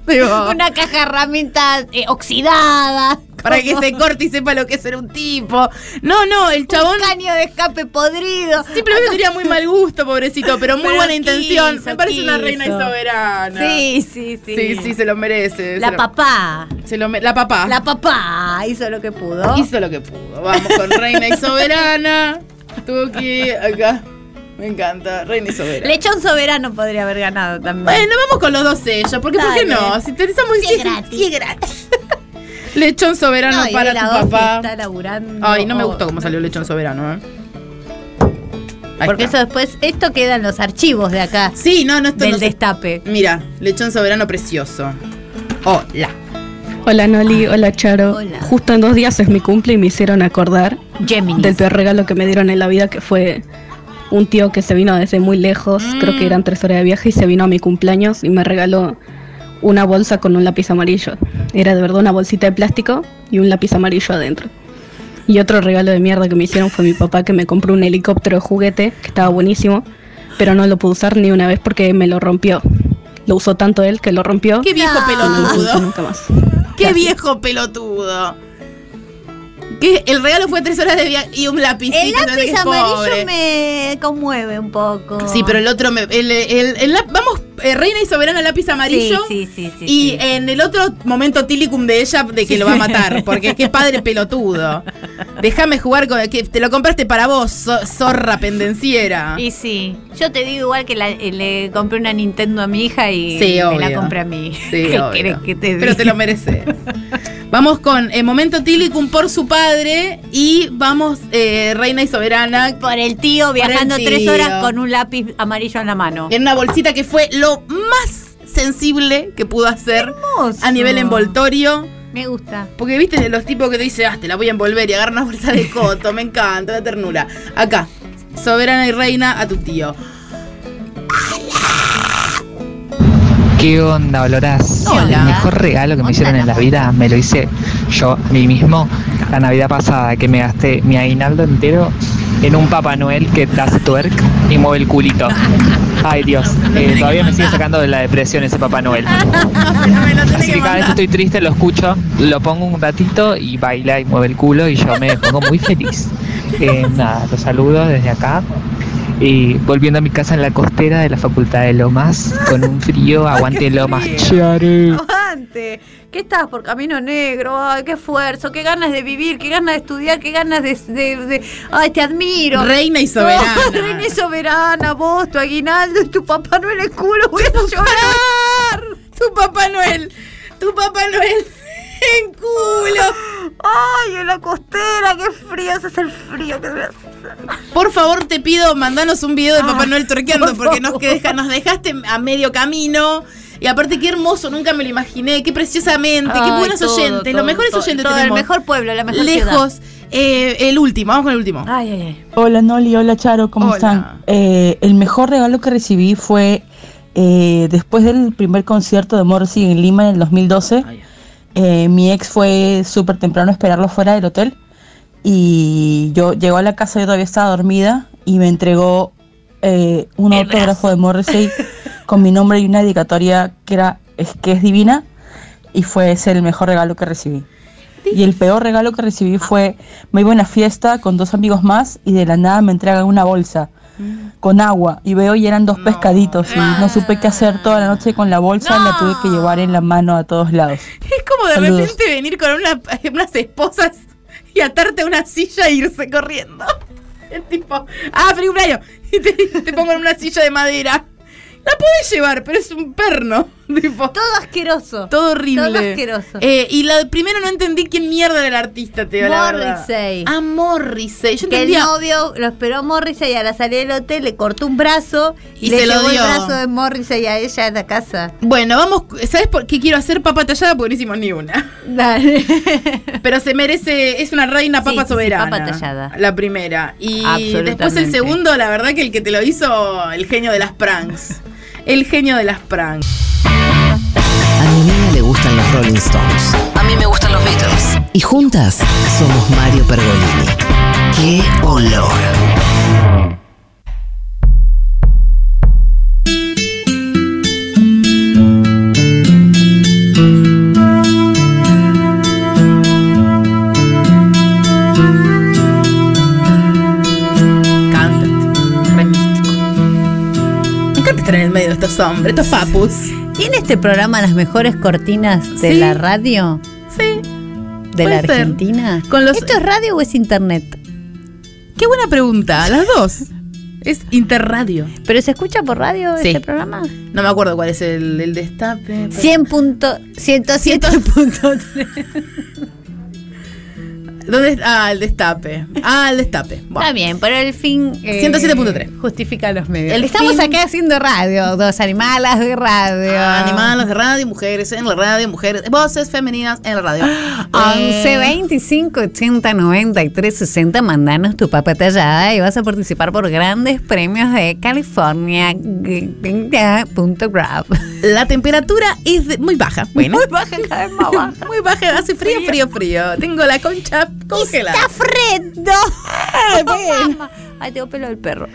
Digo.
Una caja de herramientas eh, oxidadas.
Para que se corte y sepa lo que es ser un tipo. No, no, el chabón. Un
caño de escape podrido.
Simplemente tenía muy mal gusto, pobrecito, pero muy
Pero
buena intención.
quiso,
Me parece una
quiso.
reina y soberana.
Sí, sí, sí.
Sí, sí, se lo merece.
La
se lo-
papá.
Se lo me- la papá.
La papá hizo lo que pudo.
Hizo lo que pudo. Vamos con reina y soberana. Tuki, acá. Me encanta, reina y soberana.
Lechón soberano podría haber ganado también.
Bueno, vamos con los dos sellos, porque ¿por qué
Dale.
no? Si te muy
Si es gratis.
Lechón soberano
No, y
para
de la
tu
Ofi
papá.
Está laburando.
Ay, no me
Oh,
gustó cómo salió lechón soberano, ¿eh? Ahí
Porque
está.
eso después, esto queda en los archivos de acá.
Sí, no, no esto
Del
no se-
destape.
Mira, lechón soberano precioso. Hola.
Hola
Ah,
Noli, hola Charo. Justo en dos días es mi cumple y me hicieron acordar
Géminis.
del peor regalo que me dieron en la vida, que fue un tío que se vino desde muy lejos,
Mm.
creo que eran tres horas de viaje, y se vino a mi cumpleaños y me regaló una bolsa con un lápiz amarillo. Era de verdad una bolsita de plástico y un lápiz amarillo adentro. Y otro regalo de mierda que me hicieron fue mi papá que me compró un helicóptero de juguete, que estaba buenísimo, pero no lo pude usar ni una vez porque me lo rompió. Lo usó tanto él que lo rompió.
Qué viejo
que no lo
pelotudo.
usó nunca más.
¡Qué viejo pelotudo! Que el regalo fue tres horas de viaje y un lapicito.
El
no
lápiz
dejes
amarillo
pobre.
me conmueve un poco.
Sí, pero el otro me. el- el- el lap- vamos, eh, Reina y Soberano lápiz amarillo.
Sí, sí, sí. sí,
y
sí.
en el otro momento tilicum de ella de que
Sí.
lo va a matar, porque qué padre pelotudo. Déjame jugar con que te lo compraste para vos, zo- zorra pendenciera.
Y sí, yo te digo igual que la- eh, le compré una Nintendo a mi hija y
Sí,
me la
obvio.
compré a mí.
Sí,
¿Qué
obvio.
querés que te
Pero te lo mereces. Vamos con el momento Tilicum por su padre y vamos eh, Reina y Soberana.
Por el tío viajando tres horas con un lápiz amarillo en la mano.
En una bolsita que fue lo más sensible que pudo hacer a nivel envoltorio.
Me gusta.
Porque viste de los tipos que te dicen, ah, te la voy a envolver y agarra una bolsa de coto, me encanta, la ternura. Acá, soberana y reina a tu tío.
¿Qué onda, Olorás?
Hola.
El mejor regalo que me hicieron en la vida me lo hice yo a mí mismo la Navidad pasada, que me gasté mi aguinaldo entero en un Papá Noel que hace twerk y mueve el culito. Ay, Dios, eh, todavía me sigue sacando de la depresión ese Papá Noel. Así que cada vez que estoy triste lo escucho, lo pongo un ratito y baila y mueve el culo y yo me pongo muy feliz. Eh, nada, los saludo desde acá. Y volviendo a mi casa en la costera de la Facultad de Lomas, con un frío, aguante Lomas,
Mm.
Charu.
Aguante. ¿Qué estás por camino negro? Ay, qué esfuerzo, qué ganas de vivir, qué ganas de estudiar, qué ganas de. de- de- ay, te admiro.
Reina y soberana.
No, reina y soberana, vos, tu aguinaldo y tu papá no en el culo, voy a llorar.
Tu papá Noel, tu papá Noel en culo.
Ay, en la costera, qué frío, ese es el frío que me hace.
Por favor, te pido, mandanos un video de Papá Noel torqueando,
Ah, por
porque nos, que deja- nos dejaste a medio camino. Y aparte, qué hermoso, nunca me lo imaginé. Qué preciosamente, qué
Ay,
buenos
todo,
oyentes,
todo,
los mejores
todo,
oyentes
todo, el
tenemos.
mejor pueblo, la mejor
Lejos. Eh, el último, vamos con el último.
Ay, ay, ay.
Hola Noli, hola Charo, ¿cómo
Hola.
están? Eh, el mejor regalo que recibí fue eh, después del primer concierto de Morrissey en Lima en el 2012. eh, mi ex fue súper temprano a esperarlo fuera del hotel y yo llegó a la casa, yo todavía estaba dormida y me entregó eh, un autógrafo de Morrissey con mi nombre y una dedicatoria que, era, es, que es divina y fue ese el mejor regalo que recibí. Y el peor regalo que recibí fue, me iba a una fiesta con dos amigos más y de la nada me entregan una bolsa. con agua y veo y eran dos pescaditos y no supe qué hacer toda la noche con la bolsa, la tuve que llevar en la mano a todos lados.
Es como de
Saludos.
repente venir con una- unas esposas y atarte a una silla e irse corriendo. El tipo, ah, feliz cumpleaños. Y te, te pongo en una silla de madera. La podés llevar, pero es un perno.
Todo asqueroso.
Todo horrible.
Todo asqueroso.
Eh, y la, primero no entendí quién mierda era el artista, te digo la verdad.
Morrissey.
Ah, Morrissey. Yo
que
entendía-
el novio lo esperó a Morrissey y a la salida del hotel le cortó un brazo y,
Y
le
se lo
llevó
dio.
el brazo de Morrissey a ella a la casa.
Bueno, vamos, ¿sabes por qué quiero hacer papa tallada? Porque no hicimos ni una.
Dale.
Pero se merece, es una reina papa
Sí, sí, sí,
soberana.
papa tallada.
La primera. Y
Absolutamente.
después el segundo, la verdad que el que te lo hizo, el genio de las pranks. El genio de las pranks.
A mi nena le gustan los Rolling Stones.
A mí me gustan los Beatles.
Y juntas somos Mario Pergolini. ¡Qué olor!
Canta. Re místico. Me encanta estar en el medio de estos hombres, estos papus.
¿Tiene este programa las mejores cortinas de
Sí.
la radio?
Sí.
¿De la
Puede ser.
Argentina?
Con los-
¿Esto es radio o es internet?
Qué buena pregunta, las dos. Es interradio.
¿Pero se escucha por radio
Sí.
este programa?
No me acuerdo cuál es el, el destape. pero-
100 punto, 107.3.
¿Dónde es? Ah, el destape. Ah, el destape. Bueno.
Está bien, pero el fin... eh,
107.3.
Justifica los medios.
El
Estamos
fin-
acá haciendo radio, dos animalas de radio.
Animales Ah, de radio, mujeres en la radio, mujeres, voces femeninas en la radio.
11
Eh,
25 80 93 60 mandanos tu papa tallada y vas a participar por grandes premios de California punto grab.
La temperatura es de- muy baja. Bueno.
Muy baja, cada vez más baja.
Muy baja, hace frío, frío, frío. Tengo la concha congelada.
¡Está freddo! Ay, tengo pelo del perro.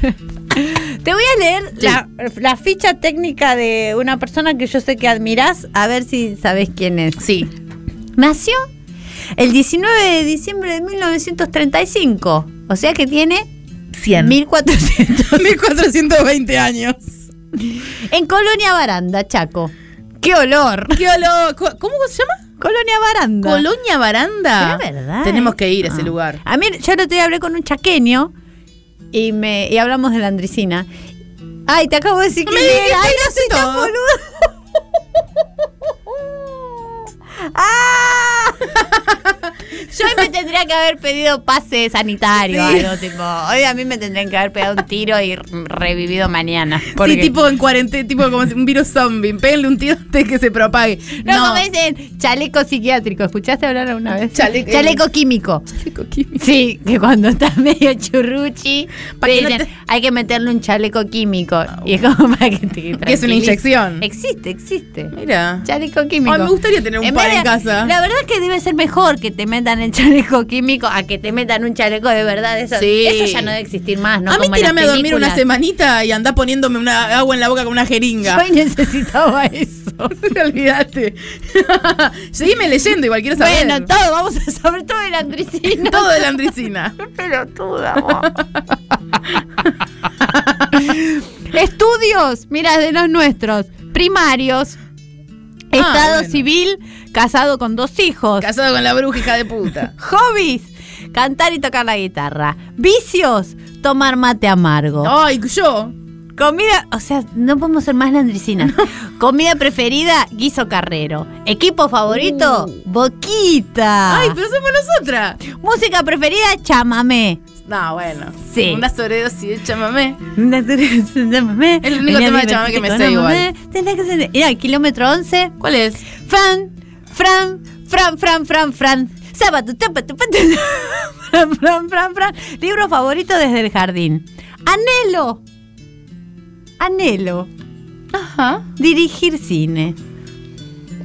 Te voy a leer la, la ficha técnica de una persona que yo sé que admirás, a ver si sabes quién es.
Sí.
Nació el 19 de diciembre de 1935, o sea que tiene 1400.
1420 años.
En Colonia Baranda, Chaco. ¡Qué olor!
¡Qué olor! Co- ¿Cómo se llama?
Colonia Baranda.
Colonia
Era
Baranda.
verdad.
Tenemos
¿eh?
que ir a ese
Ah.
lugar.
A mí, yo el otro día hablé con un chaqueño y, me, y hablamos de la andricina. Ay, te acabo de decir que
me dijiste
Ay,
y
no soy tan boludo. ¡Ah! Yo me tendría que haber pedido pase sanitario
Sí.
algo tipo. Hoy a mí me tendrían que haber pegado un tiro y revivido mañana. porque-
Sí, tipo en cuarentena, tipo como un virus zombie. Péguenle un tiro antes que se propague.
No, como dicen, chaleco psiquiátrico. ¿Escuchaste hablar alguna vez?
Chaleco- eh,
chaleco químico. Sí, que cuando estás medio churruchi,
Para
te
que no
dicen, hay que meterle un chaleco químico. Y es como para que te
Que es una
tranquilice.
inyección.
Existe, existe.
Mira.
Chaleco químico.
Ay, me gustaría tener un
vez
par en
de-
casa.
La verdad que debe ser mejor que te metan el chaleco químico a que te metan un chaleco de verdad. Eso,
Sí.
eso ya no debe existir más, ¿no?
a
Como
mí
en las
tirame a dormir
películas.
una semanita y andá poniéndome una agua en la boca con una jeringa.
Yo necesitaba eso.
Olvídate. Seguime leyendo, igual quiero saber.
Bueno, todo, vamos a saber todo de la andricina.
Todo de la andricina.
Pelotuda, Estudios, mira, de los nuestros. Primarios. estado
Ah, bueno.
civil, casado con dos hijos.
Casado con la bruja, hija de puta.
Hobbies, cantar y tocar la guitarra. Vicios, tomar mate amargo.
Ay, yo.
Comida, o sea, no podemos ser más landricinas. Comida preferida, guiso carrero. Equipo favorito, boquita.
Uh. Ay, pero somos nosotras.
Música preferida, chamamé.
No, bueno.
Sí.
Una sobredosis de chamamé.
Chamamé.
El único tema de chamamé que me sé igual.
Tenés que ser. Mira, kilómetro 11.
¿Cuál es?
Fran, Fran, Fran, Fran, Fran, Fran. Sábado, tapa, tapa, tapa. Fran, Fran, Fran, Fran. Libro favorito desde el jardín. Anhelo. Anhelo.
Ajá.
Dirigir cine.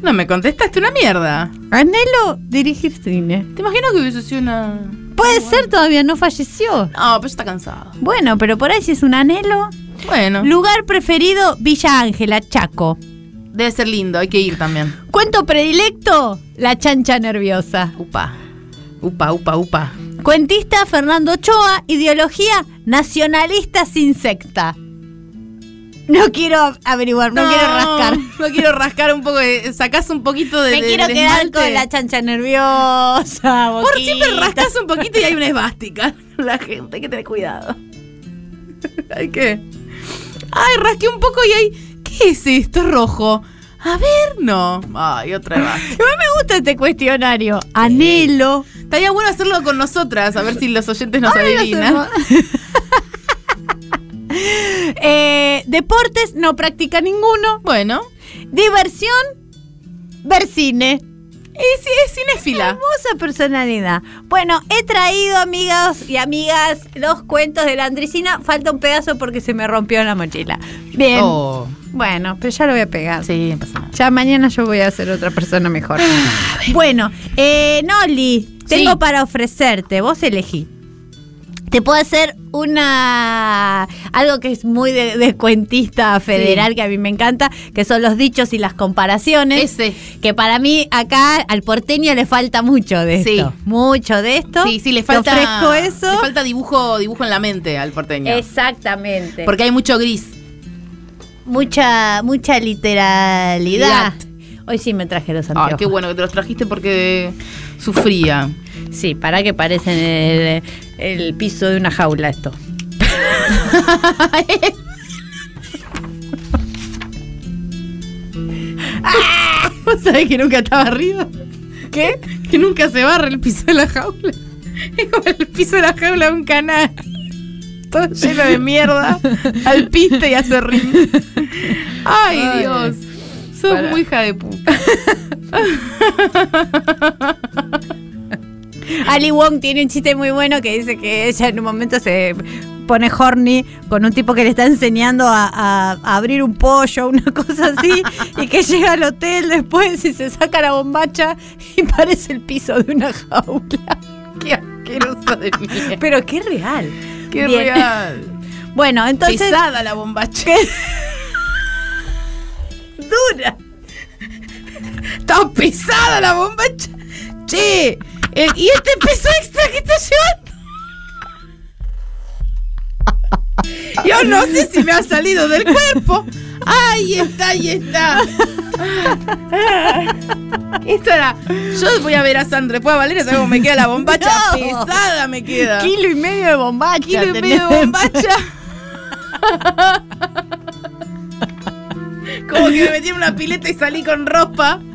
No me contestaste una mierda.
Anhelo dirigir cine.
Te imagino que hubiese sido una.
Puede ser todavía, no falleció.
No, pero está cansado.
Bueno, pero por ahí sí es un anhelo.
Bueno.
Lugar preferido, Villa Ángela, Chaco.
Debe ser lindo, hay que ir también.
Cuento predilecto, La chancha nerviosa.
Upa. Upa, upa, upa.
Cuentista Fernando Ochoa, ideología nacionalista sin secta. No quiero averiguar, no, quiero rascar.
No quiero rascar un poco, de, sacás un poquito de.
Me
de-
quiero
del
quedar
esmalte.
con la chancha nerviosa.
Por siempre rascas un poquito y hay una esvástica. La gente, hay que tener cuidado. Hay que. Ay, rasqué un poco y hay. ¿Qué es esto? Es rojo. A ver, no. Ay, otra esvástica.
Igual me gusta este cuestionario. Anhelo.
Estaría bueno hacerlo con nosotras, a ver si los oyentes nos
Ay, lo
adivinan.
Eh, deportes, no practica ninguno.
Bueno.
Diversión, ver cine.
Y sí, es cinéfila.
Hermosa personalidad. Bueno, he traído, amigos y amigas, los cuentos de la Andricina. Falta un pedazo porque se me rompió la mochila. Bien.
Oh.
Bueno, pero ya lo voy a pegar.
Sí, pasa nada.
Ya mañana yo voy a ser otra persona mejor.
Ah,
bueno, eh, Noli, tengo para ofrecerte. Vos elegí. Te puedo hacer una. algo que es muy de, de cuentista federal, que a mí me encanta, que son los dichos y las comparaciones. Que para mí acá al porteño le falta mucho de esto.
Sí.
Mucho de esto.
Sí, sí, le
Te
falta.
ofrezco eso.
Le falta dibujo, dibujo en la mente al porteño.
Exactamente.
Porque hay mucho gris.
mucha, mucha literalidad. Hoy sí me traje los anteojos.
Ay, qué bueno que te los trajiste porque sufría.
Sí, para que parecen el, el piso de una jaula esto.
¿Vos sabés que nunca estaba arriba? ¿Qué? Que nunca se barre el piso de la jaula. Es como el piso de la jaula de un canal. Todo lleno de mierda. Al piste y hace ring. Ay,
Ay,
Dios. Sos
Pará.
muy hija de puta.
Ali Wong tiene un chiste muy bueno que dice que ella en un momento se pone horny con un tipo que le está enseñando a, a- a abrir un pollo, una cosa así, y que llega al hotel después y se saca la bombacha y parece el piso de una jaula.
Qué asquerosa de mierda.
Pero qué real.
Qué
Bien.
real.
Bueno, entonces...
Pesada la bombacha.
Dura.
Está pesada la bombacha. Che, el- ¿y este peso extra que estás llevando? Yo no sé si me ha salido del cuerpo. Ahí está, ahí está. Esto era. Yo voy a ver a Sandra, después a Valeria, ¿sabes cómo me queda la bombacha?
No.
Pesada me queda.
Kilo y medio de bombacha.
Kilo y medio
tenés.
de bombacha. Como que me metí en una pileta y salí con ropa.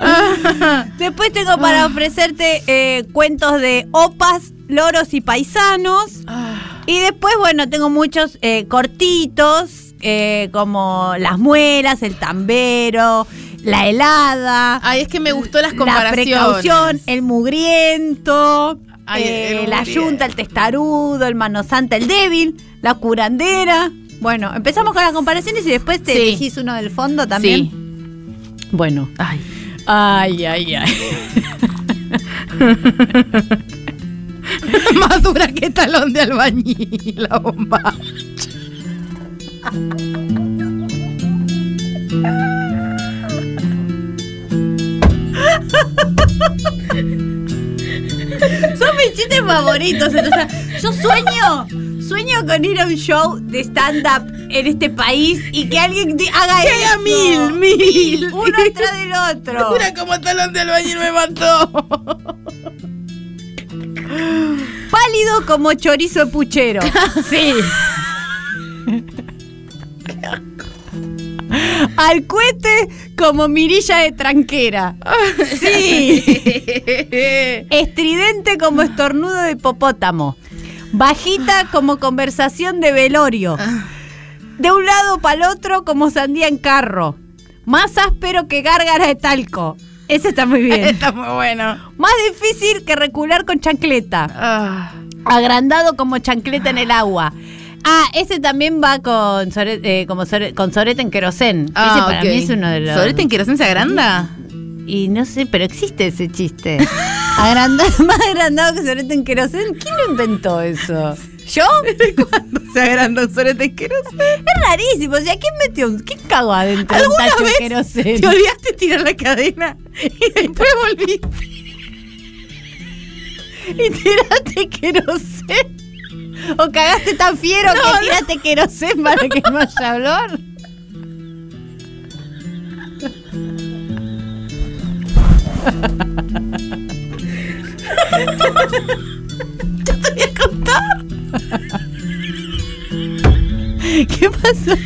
Ah.
Después tengo para ofrecerte eh, cuentos de opas, loros y paisanos.
Ah.
Y después, bueno, tengo muchos eh, cortitos, eh, como las muelas, el tambero, la helada.
Ay, es que me gustó las
La
comparaciones.
precaución, el mugriento,
Ay,
eh,
el
la
mugriento.
yunta, el testarudo, el mano santa, el débil, la curandera. Bueno, empezamos con las comparaciones y después te
Sí.
elegís uno del fondo también. Bueno.
Ay.
Ay, ay, ay.
Más dura que talón de albañil, la bomba.
Son mis chistes favoritos. entonces, yo sueño, sueño con ir a un show de stand-up en este país y que alguien di- haga
Que
eso.
haga mil, mil.
Uno atrás del otro.
Dura como talón de albañil me mató.
Pálido como chorizo de puchero. Sí. Al cohete como mirilla de tranquera. Sí. Estridente como estornudo de hipopótamo. Bajita como conversación de velorio. De un lado para el otro como sandía en carro. Más áspero que gárgara de talco. Ese está muy bien.
Está muy bueno.
Más difícil que recular con
Ah.
chancleta. Agrandado como chancleta en el agua. Ah, ese también va con sore- eh, como sore- con sorete en querosén. ese
Ah,
para
ok.
mí es uno de los...
¿Sorete en querosén se agranda?
Y no sé, pero existe ese chiste. agrandado, más agrandado que sorete en querosén. ¿Quién lo inventó eso? ¿Yo? ¿Desde cuándo
se agrandó un sorete en querosén?
Es rarísimo. O sea, ¿quién metió un... ¿Quién cagó adentro un
¿Alguna
tacho de
vez
querosén?
te olvidaste de tirar la cadena y después volviste?
y tiraste querosén. O cagaste tan fiero
No, no.
que tiraste querosén para que no haya olor.
Yo te voy a contar.
¿Qué pasó?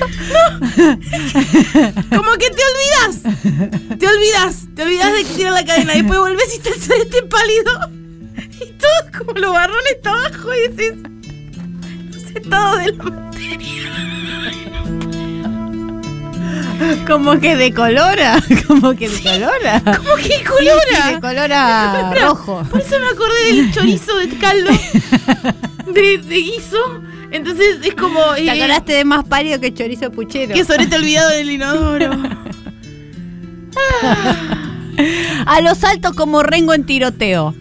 Como que te olvidas. Te olvidas. Te olvidas de tirar la cadena. Después volvés y te sale este pálido. Y todo como los barrones está abajo y decís. No sé todo de la materia.
Como que decolora, como que decolora.
Como que
colora.
colora.
Sí, sí, decolora
Colora.
rojo.
Por eso me acordé del chorizo de caldo. De, de guiso. Entonces es como. eh,
Te acordaste de más pálido que chorizo puchero.
Que sobre te olvidado del inodoro.
A los altos como Rengo en tiroteo.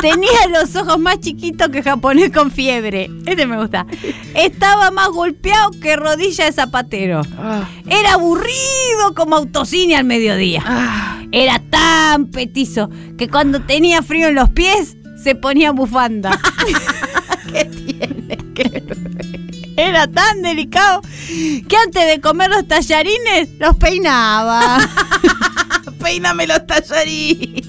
Tenía los ojos más chiquitos que japonés con fiebre. Este me gusta. Estaba más golpeado que rodilla de zapatero. Era aburrido como autocine al mediodía.
Ah.
Era tan petizo que cuando tenía frío en los pies se ponía bufanda. Era tan delicado que antes de comer los tallarines los peinaba.
Peíname los tallarines.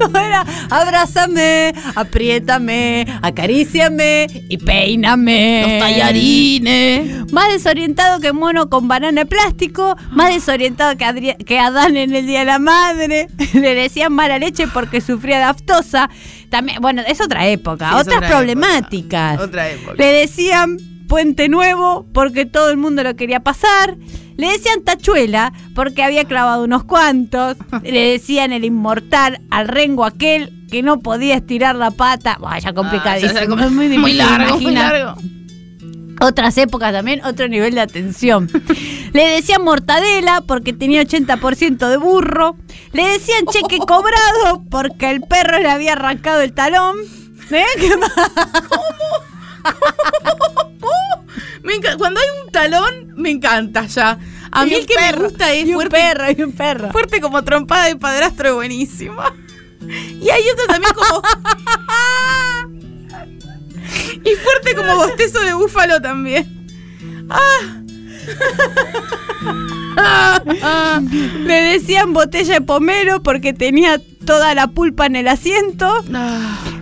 ¿Cómo era? Abrázame, apriétame, acaríciame y peíname.
Los tallarines.
Más desorientado que mono con banana de plástico, más desorientado que, Adri- que Adán en el Día de la Madre. Le decían mala leche porque sufría de aftosa. También, bueno, es otra época,
Sí, es
otras
otra
problemáticas.
Otra época.
Le decían Puente Nuevo porque todo el mundo lo quería pasar. Le decían Tachuela porque había clavado unos cuantos. Le decían el inmortal al rengo aquel que no podía estirar la pata. Vaya complicadísimo.
Ah, ya, ya,
es muy difícil,
muy largo, muy
imaginar.
largo.
Otras épocas también, otro nivel de atención. Le decían mortadela porque tenía 80% de burro. Le decían cheque cobrado porque el perro le había arrancado el talón. ¿Eh? ¿Qué más?
Me enca- Cuando hay un talón, me encanta ya. A mí
Y un
el que me gusta es fuerte.
perro, y un perro.
Fuerte como trompada de padrastro, buenísimo. Y hay otro también como. y fuerte como bostezo de búfalo también. Ah.
Le Ah. decían botella de pomelo porque tenía toda la pulpa en el asiento.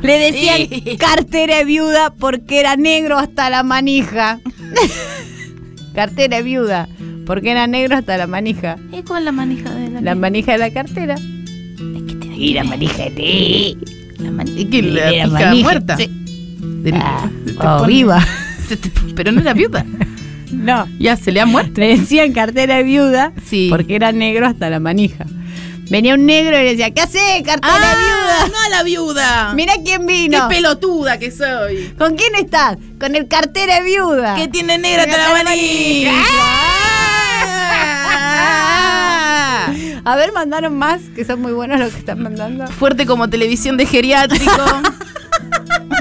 Le decían cartera de viuda porque era negro hasta la manija. cartera de viuda porque era negro hasta la manija.
¿Y cuál es la manija de
La manija de la cartera. Y la manija de ti. La manija
la pija muerta.
Ah, o viva.
Pero no era viuda.
No.
Ya se le ha muerto.
Le decían cartera de viuda porque era negro hasta la manija. Venía un negro y le decía, ¿qué hace, cartera
Ah,
de viuda?
no a la viuda.
Mira quién vino.
Qué pelotuda que soy.
¿Con quién estás? Con el cartera de viuda.
Que tiene negra hasta la manija. Ah,
A ver, mandaron más, que son muy buenos los que están mandando.
Fuerte como televisión de geriátrico.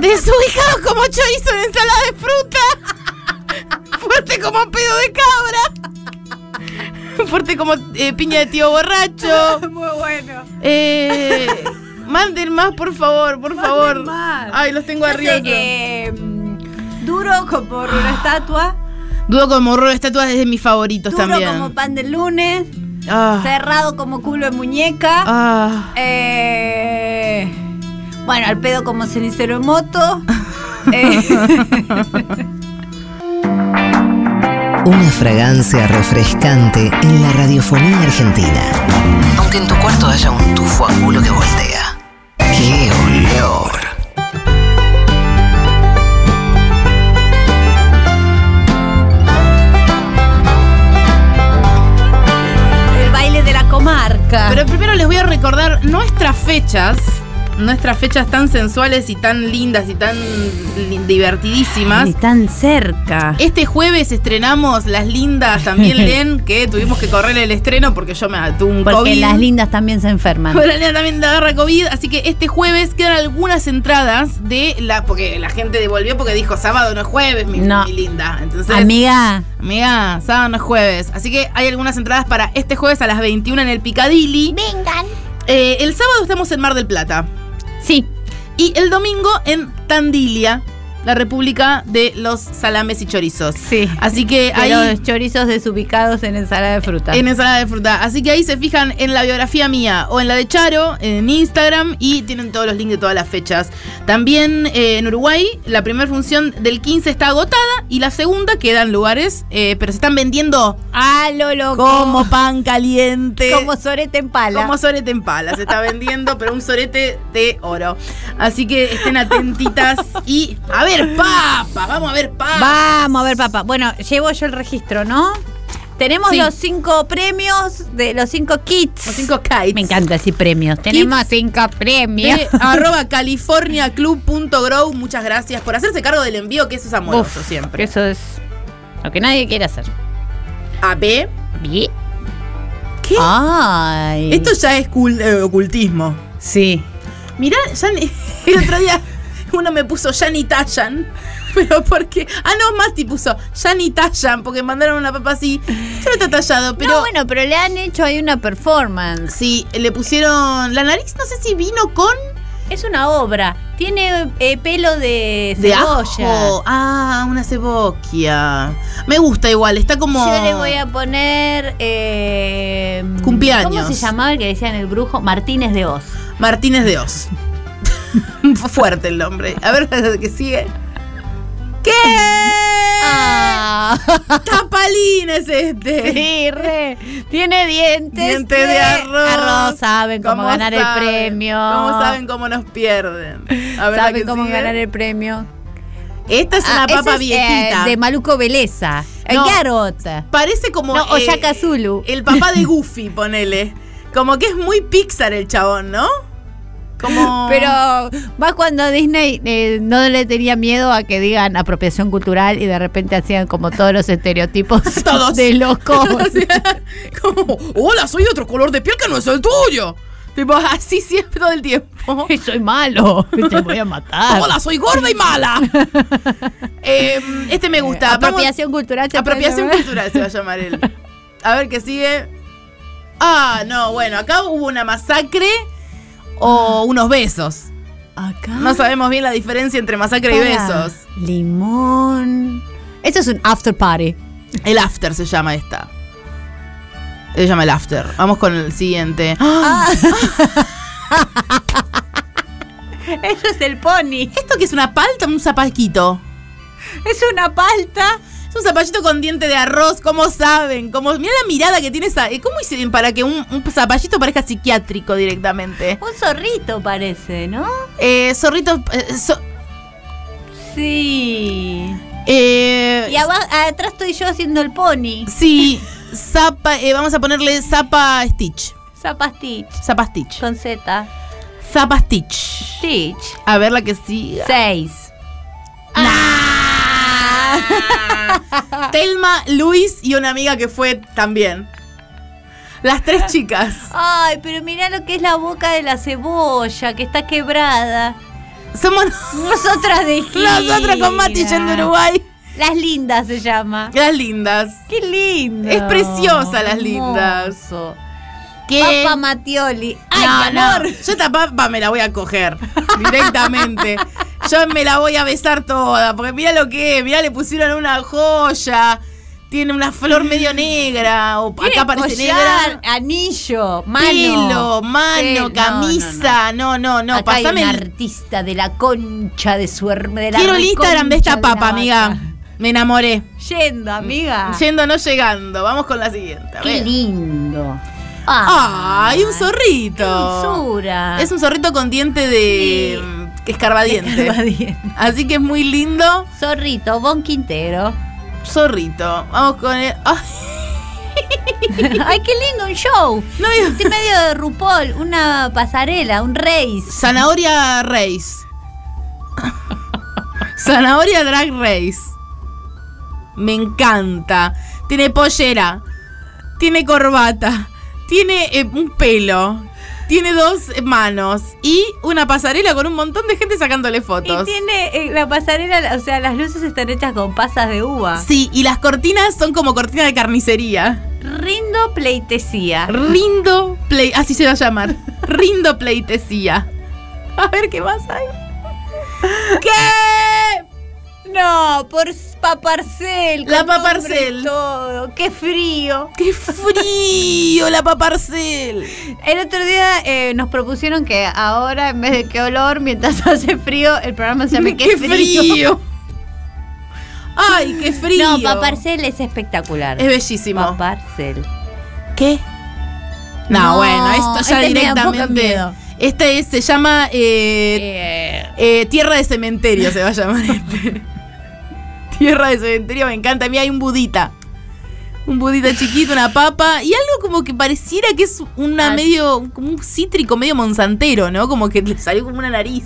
Desubicado como chorizo en ensalada de fruta. Fuerte como pedo de cabra. Fuerte como eh, piña de tío
Ah,
borracho.
Muy bueno.
Eh, manden más, por favor, por favor.
más.
Ay, los tengo
No sé,
arriba. yo.
eh,
mm,
duro como una estatua,
Dudo como horror estatuas es de mis favoritos
duro
también.
como pan del lunes,
Ah.
cerrado como culo de muñeca.
Ah.
eh, bueno, al pedo como cenicero en moto. eh,
Una fragancia refrescante en la radiofonía argentina. Aunque en tu cuarto haya un tufo a culo que voltea. ¡Qué olor!
El baile de la comarca.
Pero primero les voy a recordar nuestras fechas. Nuestras fechas tan sensuales y tan lindas y tan li- divertidísimas.
Ni tan cerca.
Este jueves estrenamos Las Lindas también leen que tuvimos que correr el estreno porque yo me tuve un
Porque
COVID.
las lindas también se enferman.
Pero la nena también le agarra COVID, así que este jueves quedan algunas entradas de la. Porque la gente devolvió porque dijo sábado no es jueves, mi,
No.
mi linda. Entonces,
Amiga,
Amiga, sábado no es jueves. Así que hay algunas entradas para Eh, este jueves a las 21 en el Picadilly. Vengan. el sábado estamos en Mar del Plata.
Sí.
Y el domingo en Tandilia, la República de los Salames y Chorizos. Sí. Así que
Pero
ahí.
chorizos desubicados en ensalada de fruta.
En ensalada de fruta. Así que ahí se fijan en la biografía mía o en la de Charo, en Instagram, y tienen todos los links de todas las fechas. También eh, en Uruguay, la primera función del 15 está agotada y la segunda quedan lugares, eh, pero se están vendiendo
a lo loco.
Como pan caliente.
Como sorete en pala.
Como sorete en pala. Se está vendiendo, pero un sorete de oro. Así que estén atentitas y a ver, papa. Vamos a ver, papa.
Vamos a ver, papá. Bueno, llevo yo el registro, ¿no? Tenemos
Sí.
los cinco premios de los cinco kits. Los
cinco kites.
Me encanta decir premios. Tenemos cinco premios.
de arroba californiaclub.grow. Muchas gracias por hacerse cargo del envío, que eso es amoroso
Uf,
siempre.
Eso es lo que nadie quiere hacer.
A B.
B.
¿Qué? Esto ya es cul- eh, ocultismo.
Sí.
Mirá, ya ni- el otro día uno me puso Yanni Tallan. Pero porque. Ah, no, Mati puso Yanni Tallan, porque mandaron una papa así. Ya no está tallado, pero.
No, bueno, pero le han hecho ahí una performance.
Sí, Eh, le pusieron la nariz, no sé si vino con.
Es una obra. Tiene eh, pelo de
De
cebolla.
ajo. Ah, una ceboquia. Me gusta igual, está como.
Yo le voy a poner. eh,
Cumpleaños.
¿Cómo se llamaba el que decían el brujo? Martínez de Oz.
Martínez de Oz. Fue Fuerte el nombre. A ver qué sigue. ¿Qué?
Ah.
Tapalín es este.
Sí, re. Tiene dientes.
Dientes de arroz.
Arroz, saben cómo, ganar
saben?
el premio.
¿Cómo saben cómo nos pierden? A ver la
Saben
que
cómo
sigue.
ganar el premio.
Esta es
Ah,
una
esa
papa
es, eh,
viejita.
de Maluco Beleza. El
No.
Garota.
Parece como.
No, o
eh,
Yaka Zulu.
El papá de Goofy, ponele. Como que es muy Pixar el chabón, ¿no? Como.
Pero más cuando Disney eh, no le tenía miedo a que digan apropiación cultural y de repente hacían como todos los estereotipos
Todos.
de locos.
como, hola, soy de otro color de piel que no es el tuyo. Tipo, así siempre todo el tiempo.
Y soy malo, te voy a matar.
Hola, soy gorda y mala. Eh, este me gusta. Vamos-
apropiación cultural. se
apropiación
puede
cultural se va a llamar él. A ver qué sigue. Ah, no, bueno, acá hubo una masacre o unos besos.
Acá.
No sabemos bien la diferencia entre masacre y
Pará.
besos.
Limón. Esto es un after party.
El after se llama esta. Se llama el after. Vamos con el siguiente.
Ah.
¡Ah!
Eso es el pony.
¿Esto qué es una palta o un zapallito?
Es una palta.
Es un zapallito con diente de arroz, ¿cómo saben? ¿Cómo? Mira la mirada que tiene esa. eh, ¿Cómo hicieron para que un, un zapallito parezca psiquiátrico directamente?
Un zorrito parece, ¿no?
Eh, zorrito. eh, zo-
Sí.
eh,
Y aba- atrás estoy yo haciendo el pony.
sí, zapa. eh, vamos a ponerle zapa Stitch.
Zapastich.
Zapa Stitch.
Con Z.
Zapa Stitch.
Stitch.
A ver la que siga.
Seis.
Ah.
Ah.
Telma, Luis y una amiga que fue también. Las tres chicas.
Ay, pero mirá lo que es la boca de la cebolla, que está quebrada.
Somos
nosotras de gira.
Nosotras con Mati yendo a Uruguay.
Las lindas se llama.
Las lindas.
Qué lindo.
Es preciosa las
Hermoso.
lindas. ¿Qué?
Papa Matioli.
No,
Ay, mi
no.
amor.
Yo esta papa me la voy a coger directamente. Yo me la voy a besar toda, porque mira lo que es, mirá, le pusieron una joya, tiene una flor medio negra, o
Tiene
acá parece
collar,
negra.
Anillo, mano.
Pelo,
Sí,
mano,
no,
camisa, no, no, no,
Acá hay
pasame
un
el-
artista de la concha de su herma- de la
Quiero el Instagram de esta
reconcha la
papa,
vaca.
amiga. Me enamoré.
Yendo, amiga.
Yendo, no llegando. Vamos con la siguiente. a
Qué
ver.
lindo.
¡Ay, un
Qué
zorrito!
dulzura.
Es un zorrito con diente de. que escarbadiente.
Escarbadiente.
Así que es muy lindo.
zorrito, Bon Quintero.
Zorrito. Vamos con el. ¡Ay!
Ay, qué lindo un show.
No,
Estoy medio de RuPaul, una pasarela, un race.
Zanahoria Race. Zanahoria Drag Race. Me encanta. Tiene pollera. Tiene corbata. Tiene eh, un pelo. Tiene dos manos. Y una pasarela con un montón de gente sacándole
Y
fotos.
tiene eh, la pasarela, o sea, las luces están hechas con pasas de uva.
Sí, y las cortinas son como cortinas de carnicería.
Rindo pleitesía.
Rindo play. Así se va a llamar. Rindo pleitesía. A ver qué más hay.
¿Qué? No, por s- paparcel.
La
con nombre
paparcel.
y Todo. Qué frío.
Qué frío la paparcel.
El otro día eh, nos propusieron que ahora, en vez de qué olor, mientras hace frío, el programa se llame Qué,
Qué frío. Ay, qué frío.
No, paparcel es espectacular.
Es bellísimo.
Paparcel.
¿Qué? No,
No,
bueno, esto ya
este me da un poco
directamente.
miedo.
Este es- se llama eh, eh, Tierra de Cementerio, se va a llamar este. Tierra de Cementerio, me encanta. A mí hay un budita. Un budita chiquito, una papa. Y algo como que pareciera que es
Ah.
una medio. como un cítrico medio monsantero, ¿no? Como que le salió como una nariz.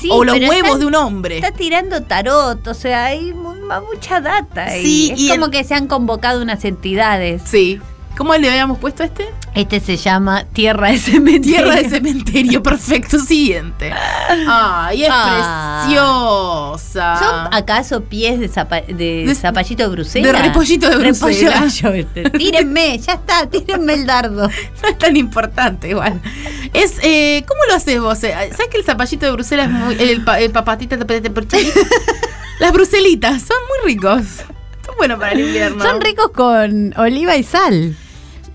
Sí,
o los
pero
huevos
están-
de un hombre.
Está tirando tarot, o sea, hay mu- va mucha data. ahí.
Sí,
es
y
como
el-
que se han convocado unas entidades.
Sí. ¿Cómo le habíamos puesto a este?
Este se llama Tierra de Cementerio.
Tierra de Cementerio, perfecto. Siguiente. Ay, es
Ah.
preciosa.
¿Son acaso pies de, zapa- de, zapallito de Bruselas?
de repollito de Bruselas.
Repollo, este. Tírenme, ya está, tírenme el dardo.
No es tan importante igual. Es, eh, ¿Cómo lo haces vos? Eh, ¿Sabes que el zapallito de Bruselas es muy... El, pa- el papatita... tapatita, porchí? Las bruselitas son muy ricos. Son buenos para el invierno.
Son ricos con oliva y sal.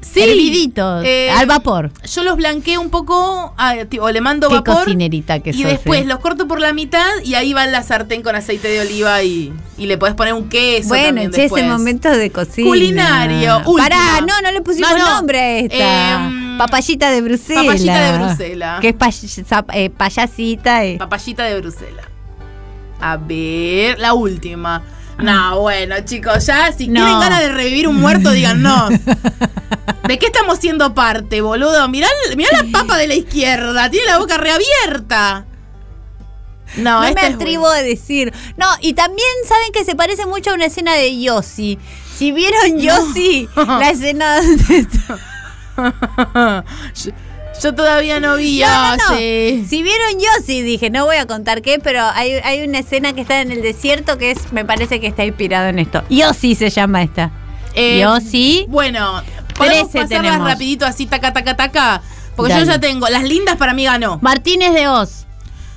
Sí.
Herviditos,
Eh,
al vapor.
Yo los blanqueo un poco ah, ti- o le mando
Qué
vapor.
cocinerita que
y
sos,
después
eh.
los corto por la mitad y ahí va en la sartén con aceite de oliva y, y le podés poner un queso.
bueno,
también
che, ese
después.
momento de cocina.
Culinario.
Pará,
última.
no, no le pusimos
No, no. Em,
nombre a esta. papayita de Bruselas.
Papayita de Bruselas.
Que es pay- zap- eh, payasita. eh.
Papayita de Bruselas. A ver, la última. No, bueno, chicos, ya si
No.
tienen ganas de revivir un muerto, díganos. ¿De qué estamos siendo parte, boludo? Mirá, mirá la papa de la izquierda, tiene la boca reabierta. No,
No,
esta
me
es
atrevo a decir. No, y también saben que se parece mucho a una escena de Yossi. Si vieron Yossi, la escena donde
yo, yo todavía no vi
No, no, no.
Yossi.
Si vieron Yossi, dije, no voy a contar qué, pero hay, hay una escena que está en el desierto que es, me parece que está inspirado en esto. Yossi se llama esta.
Eh,
Yossi.
Bueno, podemos
Trece
pasarlas
tenemos.
rapidito así, taca, taca, taca. Porque yo
Dale.
ya tengo. Las lindas para mí ganó.
Martínez de Oz.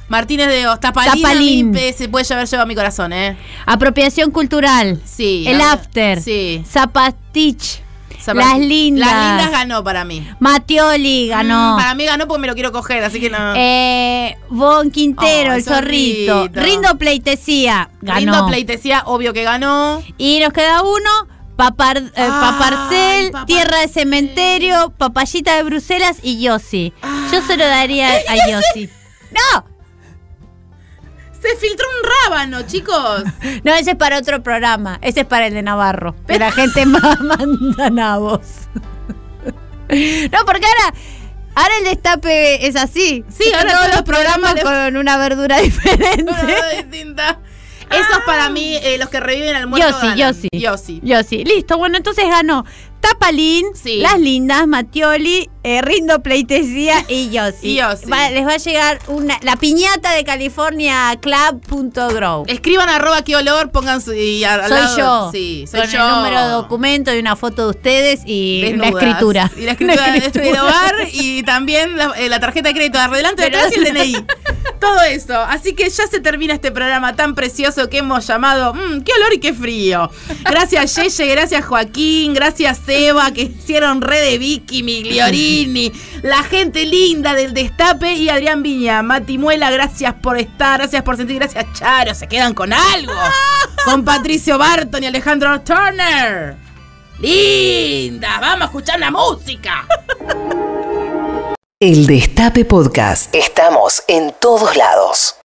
Martínez de Oz, Tapalín,
Tapalín.
a mí, eh, se puede llevar lleva a mi corazón, ¿eh?
Apropiación cultural.
Sí.
El
la-
after.
Sí.
Zapatich.
Zapa-
Las lindas.
Las lindas ganó para mí.
Matioli ganó.
Mm, para mí ganó porque me lo quiero coger, así que no.
Eh, Von Quintero,
Oh,
el zorrito.
zorrito.
Rindo pleitesía. Ganó.
Lindo pleitesía, obvio que ganó.
Y nos queda uno. Papar, eh, paparcel, Tierra de Cementerio, Papayita de Bruselas y Yossi.
Ah.
Yo se lo daría
Eh,
a Yossi. ¡No!
Se filtró un rábano, chicos.
No, ese es para otro programa. Ese es para el de Navarro. Que la gente ma- manda nabos. No, porque ahora, ahora el destape es así.
Sí,
Están
ahora
todos
todos
los programas con una verdura diferente.
distinta. Esos para mí, eh, los que reviven al muerto.
Yossi,
ganan.
Yossi. Yossi. Listo, bueno, entonces ganó Tapalín, Las Lindas, Matioli, eh, Rindo Pleitesía y Yossi.
Y Yossi.
Va- les va a llegar una, la piñata de California Club.grow.
Escriban arroba qué olor, pongan su. y al- al
Soy
lado-
yo.
Sí, soy
con
yo.
el número de documento y una foto de ustedes y
Desnudas.
una escritura.
Y la escritura,
Una
de este
escritura.
hogar y también la, eh, la tarjeta de crédito de adelante de atrás y el DNI. Todo eso. Así que ya se termina este programa tan precioso que hemos llamado "Mm, qué olor y qué frío. Gracias Yeye, gracias Joaquín, gracias Eva que hicieron re de Vicky, Migliorini, la gente linda del Destape y Adrián Viña. Matimuela, gracias por estar, gracias por sentir, gracias Charo, se quedan con algo. Con Patricio Barton y Alejandro Turner. Linda, vamos a escuchar la música.
El Destape Podcast. Estamos en todos lados.